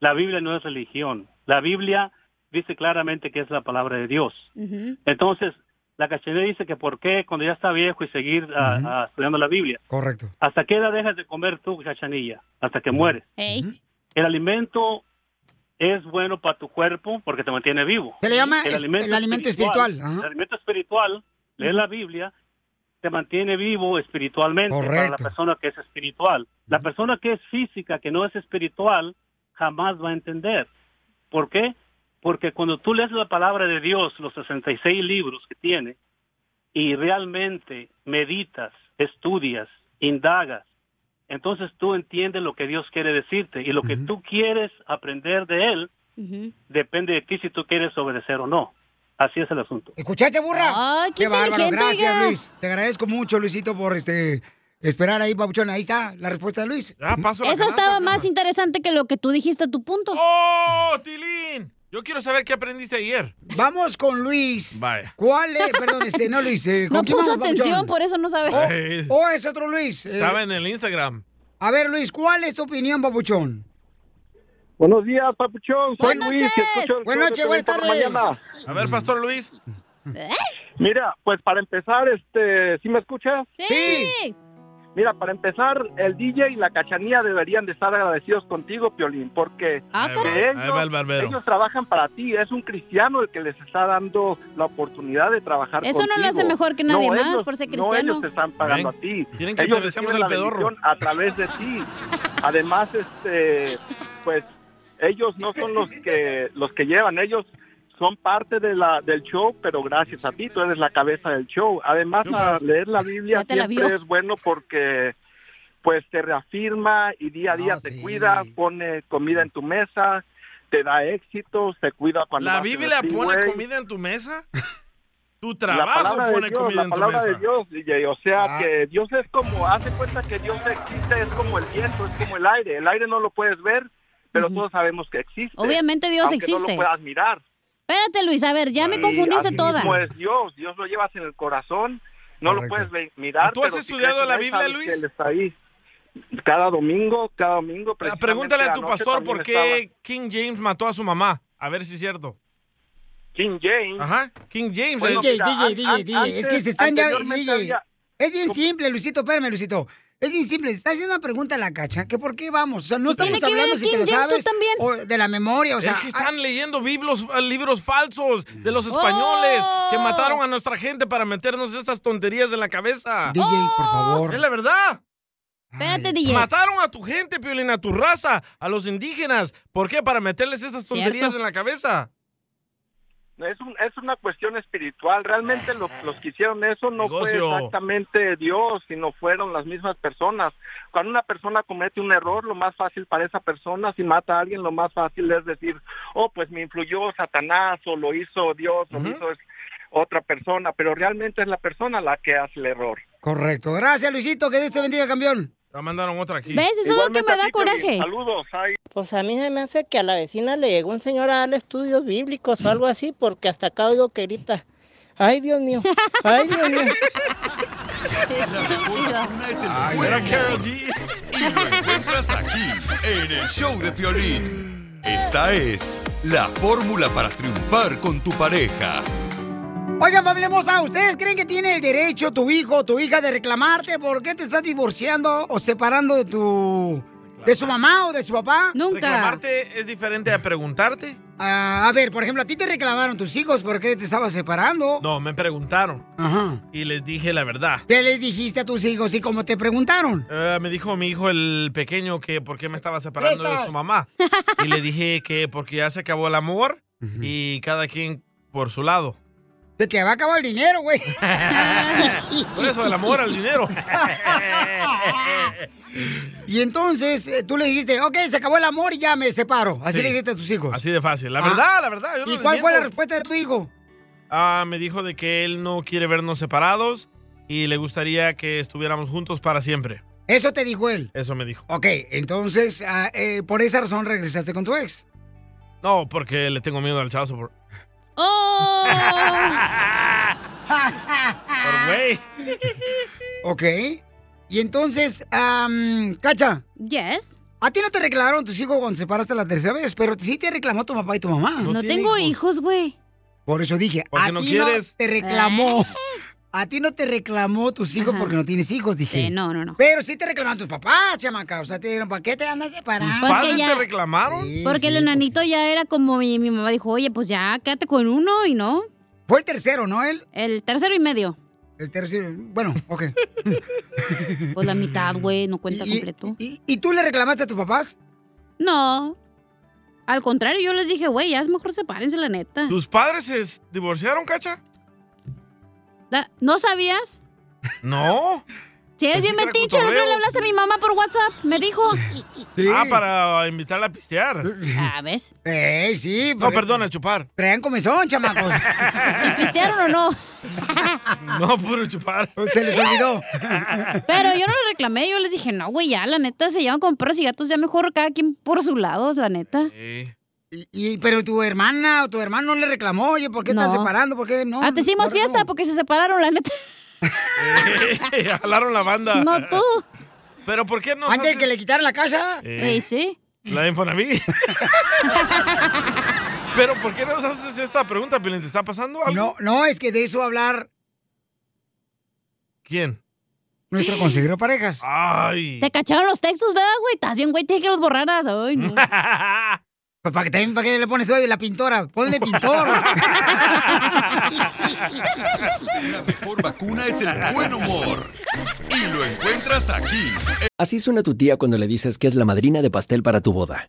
Speaker 10: La Biblia no es religión. La Biblia dice claramente que es la palabra de Dios. Entonces, la cachanilla dice que por qué cuando ya está viejo y seguir ah, ah, estudiando la Biblia.
Speaker 1: Correcto.
Speaker 10: ¿Hasta qué edad dejas de comer tú, cachanilla? Hasta que mueres. El alimento es bueno para tu cuerpo porque te mantiene vivo.
Speaker 1: Se le llama es- el alimento espiritual, ajá.
Speaker 10: El alimento espiritual, leer la Biblia, te mantiene vivo espiritualmente para la
Speaker 1: Correcto.
Speaker 10: persona que es espiritual. La persona que es física, que no es espiritual, jamás va a entender. ¿Por qué? Porque cuando tú lees la palabra de Dios, los 66 libros que tiene, y realmente meditas, estudias, indagas, entonces tú entiendes lo que Dios quiere decirte y lo que tú quieres aprender de Él depende de ti si tú quieres obedecer o no. Así es el asunto.
Speaker 1: ¿Escuchaste, burra?
Speaker 3: Ay,
Speaker 10: qué inteligente,
Speaker 1: Gracias,
Speaker 10: oiga.
Speaker 1: Luis. Te agradezco mucho, Luisito, por este esperar ahí, papuchón. Ahí está la respuesta de Luis.
Speaker 2: Ah,
Speaker 3: Eso estaba más interesante que lo que tú dijiste a tu punto.
Speaker 2: ¡Oh, Tilín! Yo quiero saber qué aprendiste ayer.
Speaker 1: Vamos con Luis.
Speaker 2: Vaya.
Speaker 1: ¿Cuál es? Perdón, este, no Luis. eh, ¿con
Speaker 3: No
Speaker 1: quién
Speaker 3: puso
Speaker 1: vamos, papuchón?
Speaker 3: atención, por eso no sabe.
Speaker 1: O, o es otro Luis. eh,
Speaker 2: Estaba en el Instagram.
Speaker 1: A ver, Luis, ¿cuál es tu opinión, papuchón?
Speaker 10: Buenos días, papuchón.
Speaker 1: Soy Buenas Luis, noches. escucho el Buenas show de noches, Pelín por la buenas mañana.
Speaker 2: A ver, Pastor Luis.
Speaker 3: Ah,
Speaker 10: Mira, pues para empezar, este, ¿sí me escuchas?
Speaker 1: Sí.
Speaker 10: Mira, para empezar, el DJ y la cachanía deberían de estar agradecidos contigo, Piolín, porque
Speaker 2: Ah,
Speaker 10: de
Speaker 2: caray.
Speaker 10: ellos,
Speaker 2: Ahí va el barbero.
Speaker 10: ellos trabajan para ti. Es un cristiano el que les está dando la oportunidad de trabajar
Speaker 3: Eso no lo
Speaker 10: contigo.
Speaker 3: hace mejor que nadie
Speaker 10: No,
Speaker 3: más
Speaker 10: ellos-
Speaker 3: por ser
Speaker 10: No,
Speaker 3: cristiano.
Speaker 10: ellos te están pagando a ti.
Speaker 2: quieren que
Speaker 10: ellos
Speaker 2: te besemos
Speaker 10: reciben
Speaker 2: el
Speaker 10: la
Speaker 2: pedorro.
Speaker 10: bendición a través de ti. Además, este, pues, ellos no son los que los que llevan, ellos son parte de la, del show, pero gracias a ti, tú eres la cabeza del show. Además, a
Speaker 2: pues,
Speaker 10: leer la Biblia
Speaker 3: Ya te la
Speaker 10: siempre
Speaker 3: vio.
Speaker 10: es bueno porque pues te reafirma y día a día te cuida, pone comida en tu mesa, te da éxito, te cuida cuando
Speaker 2: ¿La
Speaker 10: vas en el
Speaker 2: Biblia pone
Speaker 10: freeway.
Speaker 2: comida en tu mesa? Tu
Speaker 10: La
Speaker 2: trabajo
Speaker 10: palabra de
Speaker 2: pone
Speaker 10: Dios,
Speaker 2: comida
Speaker 10: la
Speaker 2: en tu
Speaker 10: palabra
Speaker 2: mesa.
Speaker 10: de Dios, DJ, o sea que Dios es como, hace cuenta que Dios existe, es como el viento, es como el aire, el aire no lo puedes ver, pero todos sabemos que existe.
Speaker 3: Obviamente Dios
Speaker 10: aunque No
Speaker 3: existe.
Speaker 10: lo puedas mirar.
Speaker 3: Espérate, Luis, a ver, ya me
Speaker 10: Y
Speaker 3: confundiste
Speaker 10: así
Speaker 3: toda.
Speaker 10: mismo es Dios, Dios lo llevas en el corazón, no
Speaker 2: Correcto.
Speaker 10: lo puedes ve- mirar.
Speaker 2: ¿Tú has
Speaker 10: pero si
Speaker 2: estudiado
Speaker 10: crees en
Speaker 2: la
Speaker 10: él,
Speaker 2: Biblia,
Speaker 10: sabes
Speaker 2: Luis?
Speaker 10: que Él está ahí. Cada domingo, cada domingo. precisamente
Speaker 2: Ah, Pregúntale a tu
Speaker 10: anoche
Speaker 2: pastor
Speaker 10: también
Speaker 2: por qué King James mató a su mamá. A ver si es cierto.
Speaker 10: King James.
Speaker 2: Ajá, King James. eh.
Speaker 1: Bueno,
Speaker 2: es-
Speaker 1: DJ, DJ, DJ, es que se están ya... DJ. Es bien simple, Luisito, espérame, Luisito. Es bien simple, se está haciendo una pregunta a la cacha, que por qué vamos, o sea, no
Speaker 3: Pues
Speaker 2: Tiene
Speaker 1: estamos
Speaker 2: que ver
Speaker 1: hablando
Speaker 2: el
Speaker 1: si te
Speaker 2: King
Speaker 1: lo
Speaker 2: James, tú
Speaker 1: sabes
Speaker 2: también.
Speaker 1: o de la memoria, o sea,
Speaker 2: es que están leyendo biblos- eh, libros falsos de los españoles
Speaker 1: Oh.
Speaker 2: que mataron a nuestra gente para meternos estas tonterías en la cabeza. Oh.
Speaker 1: DJ, Ah. por favor.
Speaker 2: Es la verdad.
Speaker 3: Espérate, DJ.
Speaker 2: Mataron a tu gente, Piolín, a tu raza, a los indígenas. ¿Por qué? Para meterles estas tonterías
Speaker 3: Cierto.
Speaker 2: en la cabeza.
Speaker 6: es, un- es una cuestión espiritual. Realmente lo- los que hicieron eso no
Speaker 2: Negocio.
Speaker 6: fue exactamente Dios, sino fueron las mismas personas. Cuando una persona comete un error, lo más fácil para esa persona, si mata a alguien, lo más fácil es decir, oh, pues me influyó Satanás o lo hizo Dios o lo hizo es- otra persona, pero realmente es la persona la que hace el error.
Speaker 1: Correcto. Gracias, Luisito. Que Dios te bendiga, campeón.
Speaker 2: Ya mandaron otra aquí.
Speaker 1: ¿Ves? Eso es lo que Igualmente me a da ti, coraje.
Speaker 6: Piolín, Saludos, ay.
Speaker 19: Pues a mí se me hace que a la vecina le llegó un señor a darle estudios bíblicos o algo así, porque hasta acá oigo que grita. Ay, Dios mío. Ay, Dios mío.
Speaker 7: La mejor vacuna es el buen humor. Y lo encuentras aquí, en el show de Piolín. Esta es la fórmula para triunfar con tu pareja.
Speaker 1: Oigan, Pablo Hermosa, ¿ustedes creen que tiene el derecho tu hijo o tu hija de reclamarte por qué te estás divorciando o separando de tu... de su mamá o de su papá?
Speaker 2: ¿Reclamarte es diferente a preguntarte?
Speaker 1: Ah, a ver, por ejemplo, a ti te reclamaron tus hijos por qué te estabas separando.
Speaker 2: No, me preguntaron.
Speaker 1: Ajá.
Speaker 2: Y les dije la verdad.
Speaker 1: ¿Qué les dijiste a tus hijos y cómo te preguntaron?
Speaker 2: Eh, me dijo mi hijo el pequeño que por qué me estaba separando de
Speaker 1: Presta.
Speaker 2: su mamá. Y le dije que porque ya se acabó el amor y cada quien por su lado.
Speaker 1: Se te va a acabar el dinero, güey.
Speaker 2: Por eso, el amor al dinero.
Speaker 1: y entonces eh, tú le dijiste, ok, se acabó el amor y ya me separo. Así
Speaker 2: Sí.
Speaker 1: le dijiste a tus hijos.
Speaker 2: Así de fácil. La
Speaker 1: Ah.
Speaker 2: verdad, la verdad. yo no
Speaker 1: ¿Y
Speaker 2: les
Speaker 1: cuál fue la
Speaker 2: miento.
Speaker 1: respuesta de tu hijo?
Speaker 2: Ah, me dijo de que él no quiere vernos separados y le gustaría que estuviéramos juntos para siempre.
Speaker 1: Eso te dijo él.
Speaker 2: Eso me dijo.
Speaker 1: Ok, entonces ah, eh, por esa razón regresaste con tu ex.
Speaker 2: No, porque le tengo miedo al chazo. Por...
Speaker 1: ¡Oh!
Speaker 2: güey.
Speaker 1: ok. Y entonces, am, Cacha.
Speaker 3: Yes.
Speaker 1: A ti no te reclamaron tus hijos cuando separaste la tercera vez, pero sí te reclamó tu papá y tu mamá.
Speaker 3: No, tengo hijos, güey.
Speaker 1: Por eso dije,
Speaker 3: Porque
Speaker 1: a
Speaker 3: no
Speaker 1: ti
Speaker 3: quieres.
Speaker 1: te reclamó.
Speaker 3: Eh.
Speaker 1: A ti no te reclamó tus hijos porque no tienes hijos, dije.
Speaker 3: Sí, no, no, no.
Speaker 1: Pero sí te reclamaron tus papás, chamaca. O sea, te dijeron, ¿para qué te andas separando?
Speaker 3: Pues que ya-
Speaker 2: reclamaron?
Speaker 3: Porque el enanito ya era como mi, mi mamá dijo, oye, pues ya quédate con uno y no.
Speaker 1: Fue el tercero, ¿no? Él.
Speaker 3: El tercero y medio.
Speaker 1: El tercero, bueno, ok.
Speaker 3: Pues la mitad, güey, no cuenta completo.
Speaker 1: ¿y, tú le reclamaste a tus papás?
Speaker 3: No. Al contrario, yo les dije, güey, ya es mejor sepárense, la neta.
Speaker 2: ¿Tus padres se s- divorciaron, cacha?
Speaker 3: Da- ¿No sabías?
Speaker 2: No.
Speaker 3: Si eres
Speaker 2: Pues sí
Speaker 3: bien
Speaker 2: trae
Speaker 3: metiche, el otro día le
Speaker 2: cotorreo.
Speaker 3: hablaste a mi mamá por WhatsApp, me dijo.
Speaker 2: Ah, para invitarla a pistear.
Speaker 3: Ah, ¿ves?
Speaker 1: Eh, sí.
Speaker 2: No, perdón, a chupar.
Speaker 1: Traían comezón, chamacos.
Speaker 3: ¿Y pistearon o no?
Speaker 2: No, puro chupar.
Speaker 1: Se les olvidó.
Speaker 3: Pero yo no le reclamé, yo les dije, no, güey, ya, la neta, se llevan con perros y gatos, ya mejor cada quien por sus lados, la neta.
Speaker 1: Y, y- pero tu hermana o tu hermano no le reclamó, oye, ¿por qué están
Speaker 3: No.
Speaker 1: separando? ¿Por qué no?
Speaker 3: Hasta hicimos
Speaker 1: Por eso.
Speaker 3: fiesta porque se separaron, la neta.
Speaker 2: Jalaron la banda.
Speaker 3: No tú.
Speaker 2: ¿Pero por qué no?
Speaker 1: Antes de que le quitaran la casa.
Speaker 2: Eh. Eh,
Speaker 3: sí.
Speaker 2: La de Infonavit. ¿Pero por qué nos haces esta pregunta, Pilín? ¿Te está pasando algo?
Speaker 1: No, no, es que de eso va a hablar
Speaker 2: ¿Quién?
Speaker 1: nuestro consejero parejas.
Speaker 2: Ay.
Speaker 3: Te cacharon los textos, ¿verdad, güey? Estás bien, güey, te dije que los borraras. Ay, no.
Speaker 1: Pues para que también, ¿para qué le pones hoy la pintora? Ponle pintor.
Speaker 7: La mejor vacuna es el buen humor. Y lo encuentras aquí,
Speaker 20: Así suena tu tía cuando le dices que es la madrina de pastel para tu boda.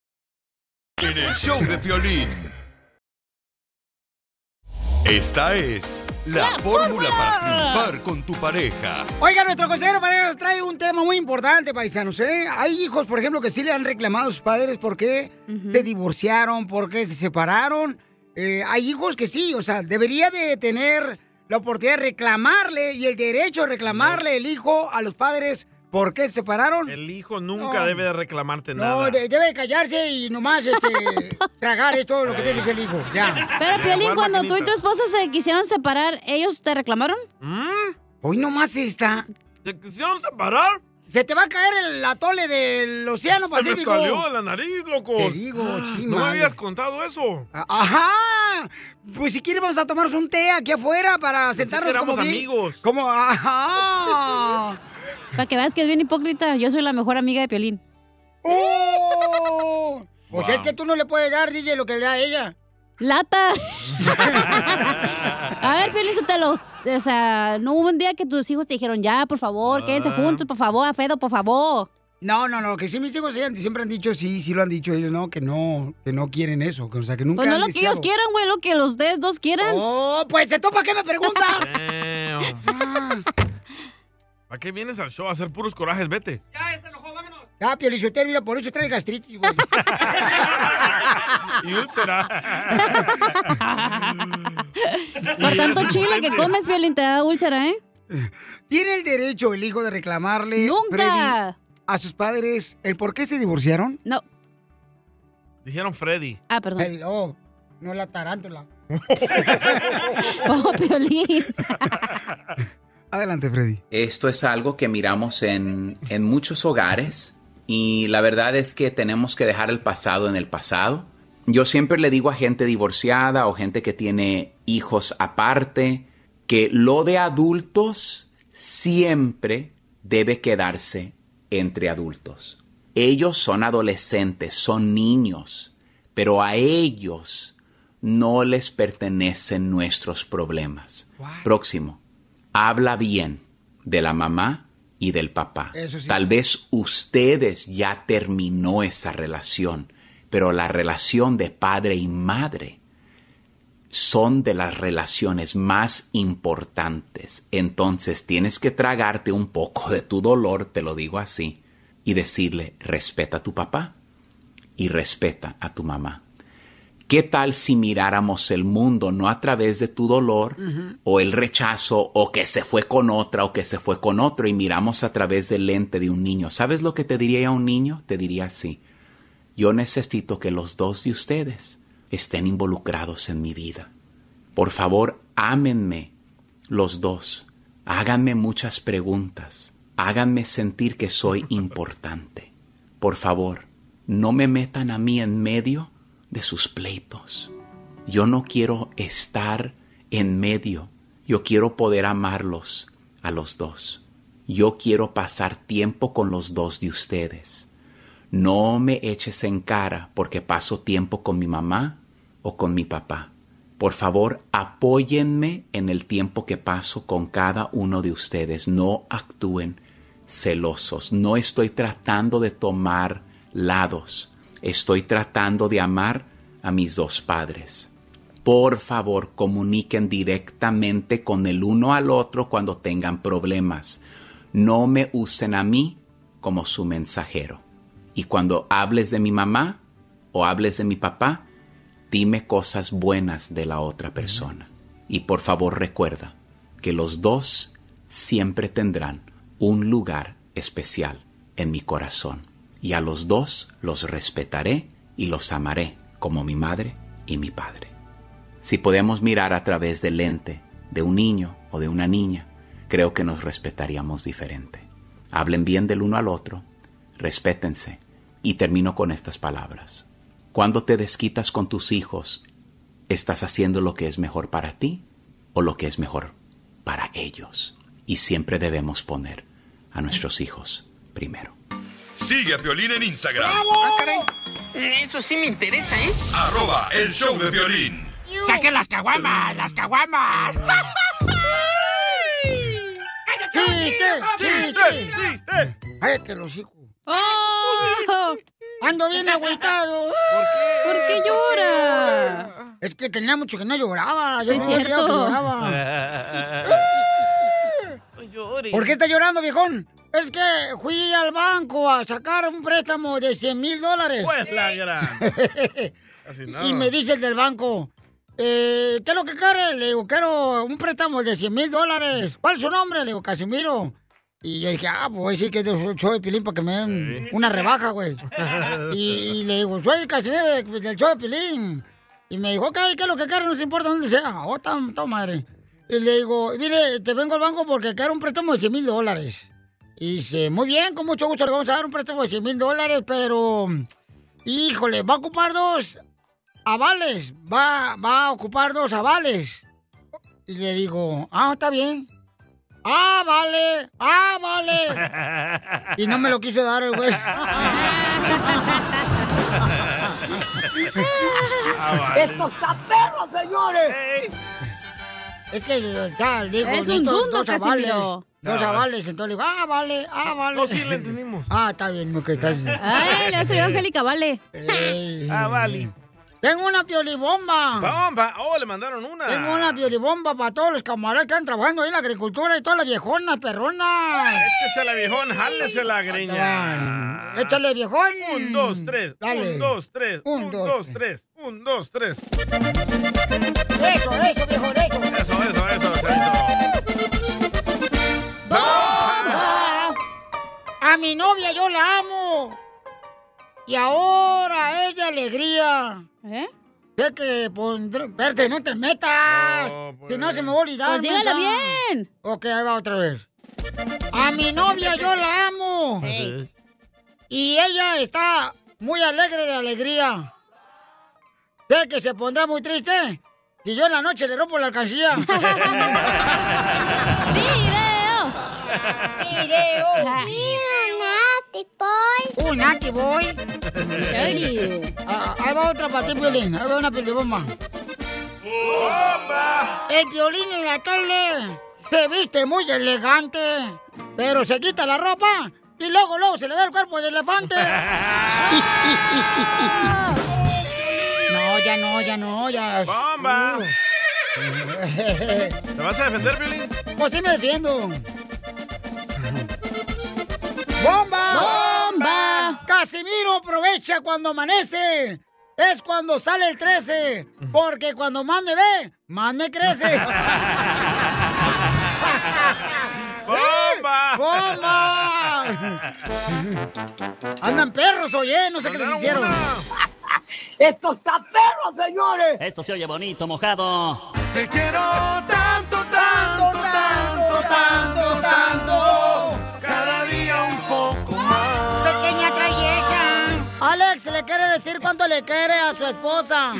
Speaker 7: en el show de Piolín. Esta es la, fórmula para triunfar con tu pareja.
Speaker 1: Oiga, nuestro consejero parejas trae un tema muy importante, paisanos, ¿eh? Hay hijos, por ejemplo, que sí le han reclamado a sus padres por qué te divorciaron, por qué se separaron. Eh, hay hijos que sí, o sea, debería de tener la oportunidad de reclamarle y el derecho de reclamarle el hijo a los padres por qué se separaron.
Speaker 2: El hijo nunca
Speaker 1: No.
Speaker 2: debe de reclamarte
Speaker 1: No,
Speaker 2: nada.
Speaker 1: de- debe callarse y nomás este, tragar es todo lo que tiene que ser el hijo. Ya.
Speaker 3: Pero, Piolín, cuando tú y tu esposa se quisieron separar, ¿ellos te reclamaron?
Speaker 1: Hoy nomás está.
Speaker 2: ¿Se quisieron separar?
Speaker 1: Se te va a caer el atole del Océano
Speaker 2: Se me
Speaker 1: Pacífico.
Speaker 2: salió de la nariz, loco.
Speaker 1: Te digo,
Speaker 2: Ah,
Speaker 1: sí,
Speaker 2: No me
Speaker 1: madre.
Speaker 2: habías contado eso.
Speaker 1: ¡Ajá! Pues si quieres vamos a tomarnos un té aquí afuera para sentarnos
Speaker 2: que
Speaker 1: como
Speaker 2: éramos
Speaker 1: bien-
Speaker 2: amigos.
Speaker 1: Como, ajá.
Speaker 3: Para que veas que es bien hipócrita, yo soy la mejor amiga de Piolín.
Speaker 1: ¡Oh! O sea, es
Speaker 3: Wow.
Speaker 1: que tú no le puedes dar, DJ, lo que le da a ella.
Speaker 3: ¡Lata! A ver, Piolín Sotelo, o sea, no hubo un día que tus hijos te dijeron, ya, por
Speaker 1: Ah.
Speaker 3: favor, quédense juntos, por favor, Afedo, por favor.
Speaker 1: No, no, no, que sí, mis hijos sí han- siempre han dicho, sí, sí lo han dicho ellos, no, que no, que no quieren eso, que, o sea, que nunca
Speaker 3: Pues no
Speaker 1: han
Speaker 3: lo que ellos
Speaker 1: deseado.
Speaker 3: quieran, güey, lo que los ustedes dos quieran.
Speaker 1: ¡Oh, pues se topa que me preguntas!
Speaker 2: ¿Para qué vienes al show Ah. a hacer puros corajes? Vete.
Speaker 1: Ah, Piolichotero, mira, por eso trae gastritis, güey.
Speaker 2: Y úlcera.
Speaker 3: Por tanto chile que comes, Piolín, te da úlcera, ¿eh?
Speaker 1: ¿Tiene el derecho el hijo de reclamarle
Speaker 3: ¡Nunca!
Speaker 1: Freddy, a sus padres el por qué se divorciaron?
Speaker 3: No.
Speaker 2: Dijeron Freddy.
Speaker 3: Ah, perdón.
Speaker 1: oh, no la tarántula.
Speaker 3: Oh, Piolín.
Speaker 1: Adelante, Freddy.
Speaker 21: Esto es algo que miramos en, en muchos hogares y la verdad es que tenemos que dejar el pasado en el pasado. Yo siempre le digo a gente divorciada o gente que tiene hijos aparte que lo de adultos siempre debe quedarse entre adultos. Ellos son adolescentes, son niños, pero a ellos no les pertenecen nuestros problemas. Próximo, habla bien de la mamá y del papá.
Speaker 1: Eso sí.
Speaker 21: Tal vez ustedes ya terminó esa relación, pero la relación de padre y madre son de las relaciones más importantes. Entonces tienes que tragarte un poco de tu dolor, te lo digo así, y decirle, respeta a tu papá y respeta a tu mamá. ¿Qué tal si miráramos el mundo no a través de tu dolor, o el rechazo, o que se fue con otra, o que se fue con otro, y miramos a través del lente de un niño. ¿Sabes lo que te diría a un niño? Te diría así. Yo necesito que los dos de ustedes estén involucrados en mi vida. Por favor, ámenme los dos. Háganme muchas preguntas. Háganme sentir que soy importante. Por favor, no me metan a mí en medio de sus pleitos. Yo no quiero estar en medio. Yo quiero poder amarlos a los dos. Yo quiero pasar tiempo con los dos de ustedes. No me eches en cara porque paso tiempo con mi mamá o con mi papá. Por favor, apóyenme en el tiempo que paso con cada uno de ustedes. No actúen celosos. No estoy tratando de tomar lados. Estoy tratando de amar a mis dos padres. Por favor, comuniquen directamente con el uno al otro cuando tengan problemas. No me usen a mí como su mensajero. Y cuando hables de mi mamá o hables de mi papá, dime cosas buenas de la otra persona. Y por favor recuerda que los dos siempre tendrán un lugar especial en mi corazón. Y a los dos los respetaré y los amaré como mi madre y mi padre. Si podemos mirar a través del lente de un niño o de una niña, creo que nos respetaríamos diferente. Hablen bien del uno al otro, respétense y termino con estas palabras. Cuando te desquitas con tus hijos, estás haciendo lo que es mejor para ti o lo que es mejor para ellos. Y siempre debemos poner a nuestros hijos primero.
Speaker 7: Sigue a Violín en Instagram.
Speaker 5: Ah, caray. Eso sí me interesa, ¿eh?
Speaker 13: Ah.
Speaker 7: Arroba el show de violín.
Speaker 5: ¡Saquen las caguamas! ¡Las caguamas!
Speaker 1: ¡Chiste! ¡Chiste! ¡Chiste! ¡Cállate los hijos!
Speaker 3: ¡Oh!
Speaker 1: Ando bien agüitado. ¿Por qué?
Speaker 3: ¿Por qué llora?
Speaker 1: Es que tenía mucho que no lloraba. Yo
Speaker 3: Sí,
Speaker 1: no
Speaker 3: cierto.
Speaker 1: sabía que lloraba. ¿Por qué está llorando, viejón? Es que fui al banco a sacar un préstamo de 100 mil dólares.
Speaker 2: Pues la gran. Así nada.
Speaker 1: Y me dice el del banco, eh, ¿qué es lo que quiere? Le digo, quiero un préstamo de 100 mil dólares. ¿Cuál es su nombre? Le digo, Casimiro. Y yo dije, ah, pues voy a decir que es del show de Pilín para que me den una rebaja, güey. y, y le digo, soy Casimiro de- pues, del show de Pilín. Y me dijo, ok, ¿qué es lo que quiere? No se importa dónde sea. Oh, tan, tan madre. Y le digo, mire, te vengo al banco porque quiero un préstamo de 100 mil dólares. Y dice, muy bien, con mucho gusto le vamos a dar un préstamo de 100 mil dólares, pero... Híjole, va a ocupar dos avales. Va, va a ocupar dos avales. Y le digo, ah, está bien. Ah, vale, ah, vale. Y no me lo quiso dar el güey.
Speaker 2: Ah,
Speaker 8: vale.
Speaker 1: está perro, señores! Es que ya, digo,
Speaker 8: Eres
Speaker 1: necesito
Speaker 8: un dundo,
Speaker 1: dos avales.
Speaker 8: Casimiro.
Speaker 1: Dos
Speaker 8: Ah.
Speaker 1: avales, entonces le digo, ah, vale, ah, vale. No, sí, le entendimos. Ah, está bien, ok, está bien.
Speaker 3: Ay, le va a salir Angélica, vale.
Speaker 1: Ah, vale. Tengo una piolibomba.
Speaker 2: Bomba. Oh, le mandaron una.
Speaker 1: Tengo una piolibomba para todos los camaradas que están trabajando ahí en la agricultura y todas las viejonas, perronas.
Speaker 2: Échese la viejón, jálese la greña.
Speaker 1: Échale, viejón.
Speaker 2: Un, dos, tres.
Speaker 1: Dale.
Speaker 2: Un, dos, tres. Un, dos, tres. Un, dos, tres.
Speaker 1: Eso, eso, viejón, eso.
Speaker 2: Eso, eso, eso,
Speaker 1: ¡Bomba! A mi novia yo la amo. Y ahora es de alegría. ¿Eh? Sé que pondré... Verte, no te metas. Si no, se me va a olvidar.
Speaker 3: Pues dígalo
Speaker 1: mensa.
Speaker 3: bien.
Speaker 1: Ok, ahí va otra vez. A mi novia yo la amo. Y ella está muy alegre de alegría. Sé que se pondrá muy triste si yo en la noche le rompo la alcancía. ¡Video! ¡Un nati boy!
Speaker 8: Dirty.
Speaker 1: Ah, ahí va otra para ti, Piolín. Ahí va una bomba. ¡Bomba! El Piolín en la tele se viste muy elegante, pero se quita la ropa y luego, luego se le ve el cuerpo de elefante. no, ya no, ya no, ya. ¡Bomba!
Speaker 2: ¿Te vas a defender, Billy?
Speaker 1: Pues sí me defiendo. ¡Bomba! ¡Bomba! Casimiro aprovecha cuando amanece. Es cuando sale el 13. Porque cuando más me ve, más me crece.
Speaker 8: ¡Bomba!
Speaker 1: ¡Bomba! Andan perros, oye, no sé qué les hicieron. ¡Esto está perro, señores!
Speaker 12: Esto se oye bonito, mojado.
Speaker 8: Te quiero tanto, tanto, tanto, tanto, tanto. Cada día un poco más.
Speaker 1: Pequeña trayecta. Alex le quiere decir cuánto le quiere a su esposa.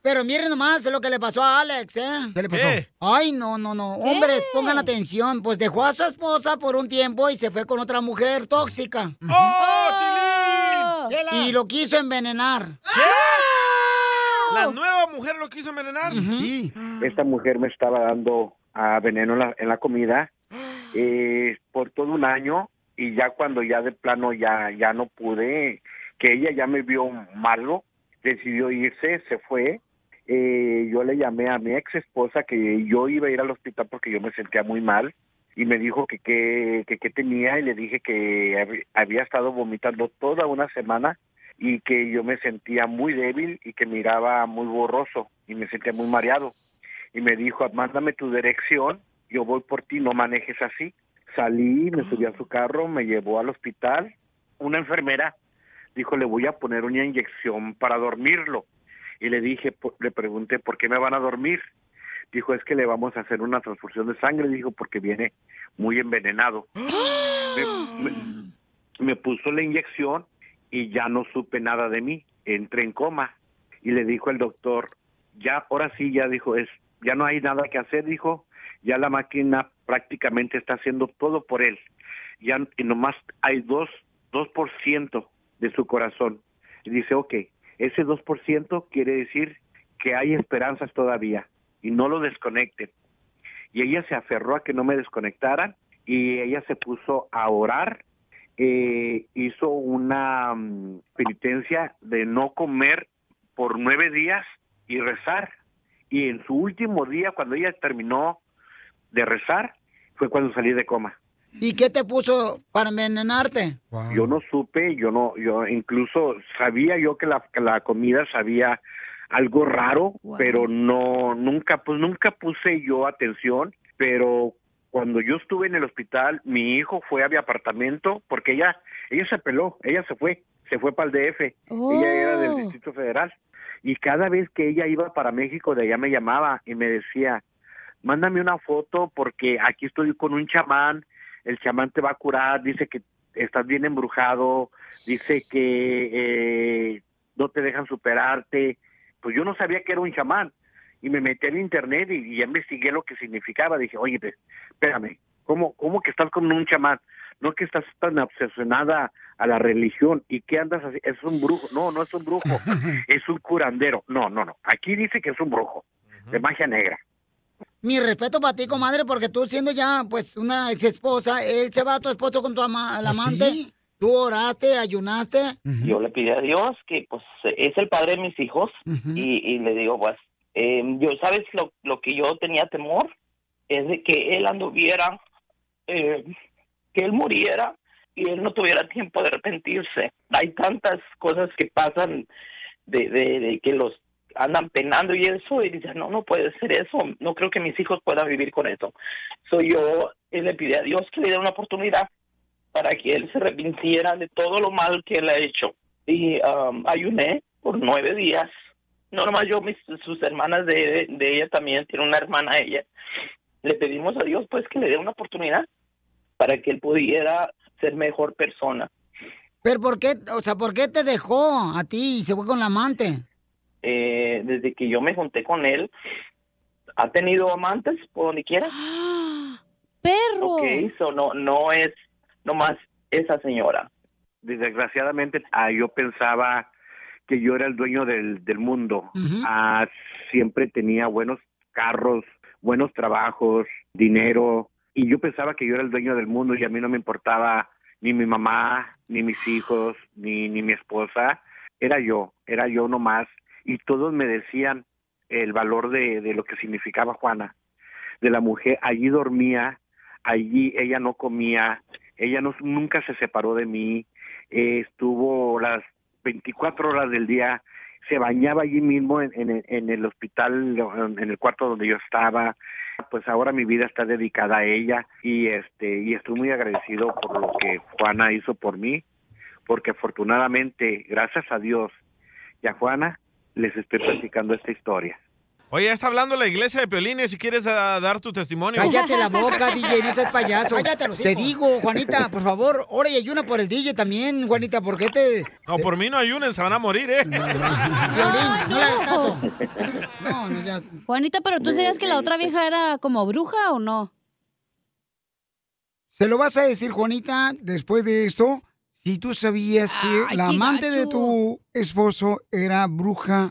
Speaker 1: Pero miren nomás lo que le pasó a Alex, ¿eh?
Speaker 8: ¿Qué le pasó? ¿Qué?
Speaker 1: Ay, no, no, no. Hombres, pongan atención. Pues dejó a su esposa por un tiempo y se fue con otra mujer tóxica.
Speaker 2: ¡Oh,
Speaker 1: Y lo quiso envenenar.
Speaker 2: ¿La nueva mujer lo quiso envenenar?
Speaker 1: Sí.
Speaker 13: esta mujer me estaba dando ah, veneno en la, en la comida eh, por todo un año y ya cuando ya de plano ya ya no pude que ella ya me vio malo decidió irse se fue Eh, yo le llamé a mi ex esposa que yo iba a ir al hospital porque yo me sentía muy mal y me dijo que qué que, qué tenía y le dije que hab- había estado vomitando toda una semana y que yo me sentía muy débil y que miraba muy borroso y me sentía muy mareado y me dijo, "Ah, mándame tu dirección, yo voy por ti, no manejes así. Salí, me subí a su carro, me llevó al hospital. Una enfermera dijo, le voy a poner una inyección para dormirlo. Y le dije, po- le pregunté, ¿por qué me van a dormir? Dijo, es que le vamos a hacer una transfusión de sangre, dijo, porque viene muy envenenado. Me- me- me puso la inyección y ya no supe nada de mí. Entré en coma. Y le dijo el doctor, ya ahora sí ya dijo es ya no hay nada que hacer dijo ya la máquina prácticamente está haciendo todo por él ya n- y nomás hay dos dos por ciento de su corazón y dice ok ese dos por ciento quiere decir que hay esperanzas todavía y no lo desconecten y ella se aferró a que no me desconectaran y ella se puso a orar eh, hizo una mm, penitencia de no comer por nueve días y rezar. Y en su último día, cuando ella terminó de rezar, fue cuando salí de coma.
Speaker 1: ¿Y qué te puso para envenenarte?
Speaker 13: Yo no supe, yo no, yo incluso sabía yo que la, que la comida sabía algo raro, pero no, nunca, pues nunca puse yo atención, pero cuando yo estuve en el hospital, mi hijo fue a mi apartamento porque ella, ella se peló, ella se fue, se fue para el DF, ella era del
Speaker 4: Oh.
Speaker 13: Distrito Federal y cada vez que ella iba para México de allá me llamaba y me decía, mándame una foto porque aquí estoy con un chamán, el chamán te va a curar, dice que estás bien embrujado, dice que eh, no te dejan superarte. Pues yo no sabía que era un chamán y me metí en internet y, y ya investigué lo que significaba. Dije, oye, pues, espérame, ¿cómo, ¿cómo que estás con un chamán? No que estás tan obsesionada a la religión y que andas así, es un brujo. No, no es un brujo, es un curandero. No, no, no. Aquí dice que es un brujo de magia negra.
Speaker 1: Mi respeto para ti, comadre, porque tú siendo ya, pues, una ex esposa, él se va a tu esposo con tu ama-
Speaker 8: ¿Ah,
Speaker 1: la amante, tú oraste, ayunaste.
Speaker 14: Yo le pedí a Dios que, pues, es el padre de mis hijos y, y le digo, pues, eh, yo, ¿sabes lo, lo que yo tenía temor? Es de que él anduviera, eh, que él muriera y él no tuviera tiempo de arrepentirse. Hay tantas cosas que pasan de, de, de que los andan penando y eso, y dice, no, no puede ser eso, no creo que mis hijos puedan vivir con eso. Soy yo eh, le pedí a Dios que le diera una oportunidad para que él se arrepintiera de todo lo mal que él ha hecho. Y um, ayuné por nueve días. No nomás yo, mis, sus hermanas de, de ella también, tiene una hermana ella. Le pedimos a Dios pues que le dé una oportunidad para que él pudiera ser mejor persona.
Speaker 1: Pero ¿por qué, o sea, por qué te dejó a ti y se fue con la amante?
Speaker 14: Eh, desde que yo me junté con él, ha tenido amantes por donde quiera.
Speaker 3: ¡Perro!
Speaker 14: Ok, so no, no es nomás esa señora.
Speaker 13: desgraciadamente ah, yo pensaba que yo era el dueño del, del mundo. Ah, siempre tenía buenos carros, buenos trabajos, dinero, y yo pensaba que yo era el dueño del mundo y a mí no me importaba ni mi mamá, ni mis hijos, ni, ni mi esposa. Era yo, era yo nomás. Y todos me decían el valor de, de lo que significaba Juana, de la mujer. Allí dormía, allí ella no comía, ella no, nunca se separó de mí, eh, estuvo las 24 horas del día, se bañaba allí mismo en, en el- en el hospital, en en el cuarto donde yo estaba. Pues ahora mi vida está dedicada a ella y este y estoy muy agradecido por lo que Juana hizo por mí, porque afortunadamente, gracias a Dios y a Juana, les estoy platicando esta historia.
Speaker 2: Oye, ya está hablando la iglesia de Piolines si quieres ah, dar tu testimonio.
Speaker 1: Cállate la boca, DJ, no seas payaso.
Speaker 2: Cállate los
Speaker 1: Te
Speaker 2: hijos.
Speaker 1: digo, Juanita, por favor, ora y ayuna por el DJ también, Juanita, porque te...
Speaker 2: No, por mí no ayunen, se van a morir, ¿eh?
Speaker 1: Violín, no le hagas caso. No, no, ya...
Speaker 3: Juanita, pero tú sabías que la otra vieja era como bruja o no?
Speaker 1: Se lo vas a decir, Juanita, después de esto, si tú sabías que
Speaker 3: Ay,
Speaker 1: la
Speaker 3: qué
Speaker 1: amante de
Speaker 3: gacho.
Speaker 1: tu esposo era bruja.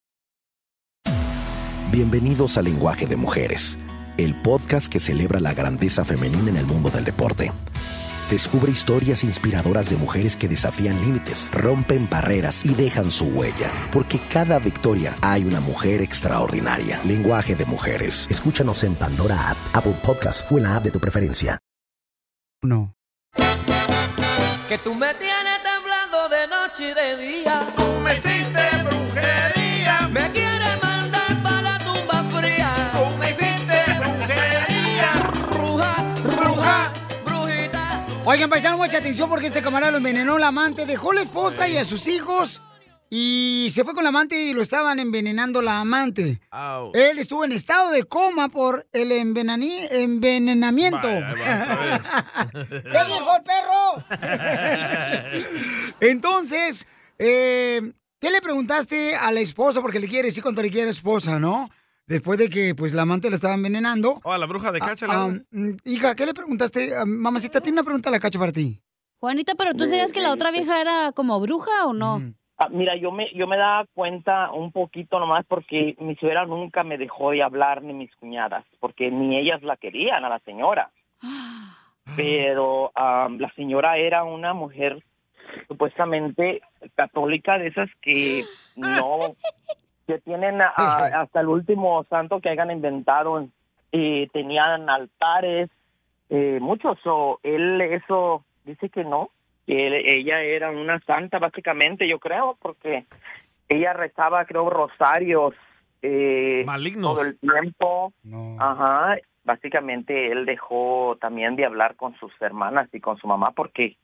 Speaker 22: Bienvenidos a Lenguaje de Mujeres, el podcast que celebra la grandeza femenina en el mundo del deporte. Descubre historias inspiradoras de mujeres que desafían límites, rompen barreras y dejan su huella, porque cada victoria hay una mujer extraordinaria. Lenguaje de Mujeres. Escúchanos en Pandora App, Apple Podcast o en la app de tu preferencia.
Speaker 1: No.
Speaker 4: Que tú me tienes temblando de noche y de día. Tú me hiciste brujería. Me quieres mandar para la tumba fría. Tú me hiciste brujería. Bruja, bruja.
Speaker 1: Oigan, paisano, mucha atención porque este camarada lo envenenó la amante, dejó la esposa y a sus hijos y se fue con la amante y lo estaban envenenando la amante.
Speaker 4: Au.
Speaker 1: Él estuvo en estado de coma por el envenaní- envenenamiento. ¡Qué dijo el perro! Entonces, eh, ¿qué le preguntaste a la esposa? Porque le quiere decir cuánto le quiere a la esposa, ¿no? Después de que pues la amante la estaba envenenando.
Speaker 2: O Oh, a la bruja de Cacha.
Speaker 1: Ah, mm, hija, ¿qué le preguntaste? Ah, Mamacita, tiene una pregunta a la Cacha para ti.
Speaker 3: Juanita, pero tú sabías que la otra vieja era como bruja o no?
Speaker 14: Ah, Mira, yo me, yo me daba cuenta un poquito nomás porque mi suegra nunca me dejó de hablar, ni mis cuñadas, porque ni ellas la querían a la señora. Pero ah, la señora era una mujer supuestamente católica de esas que no, que tienen a- a- hasta el último santo que hayan inventado, eh, tenían altares, eh, muchos, o él eso dice que no, que él- ella era una santa básicamente, yo creo, porque ella rezaba, creo, rosarios eh,
Speaker 2: Malignos.
Speaker 14: todo el tiempo. Ajá, básicamente él dejó también de hablar con sus hermanas y con su mamá porque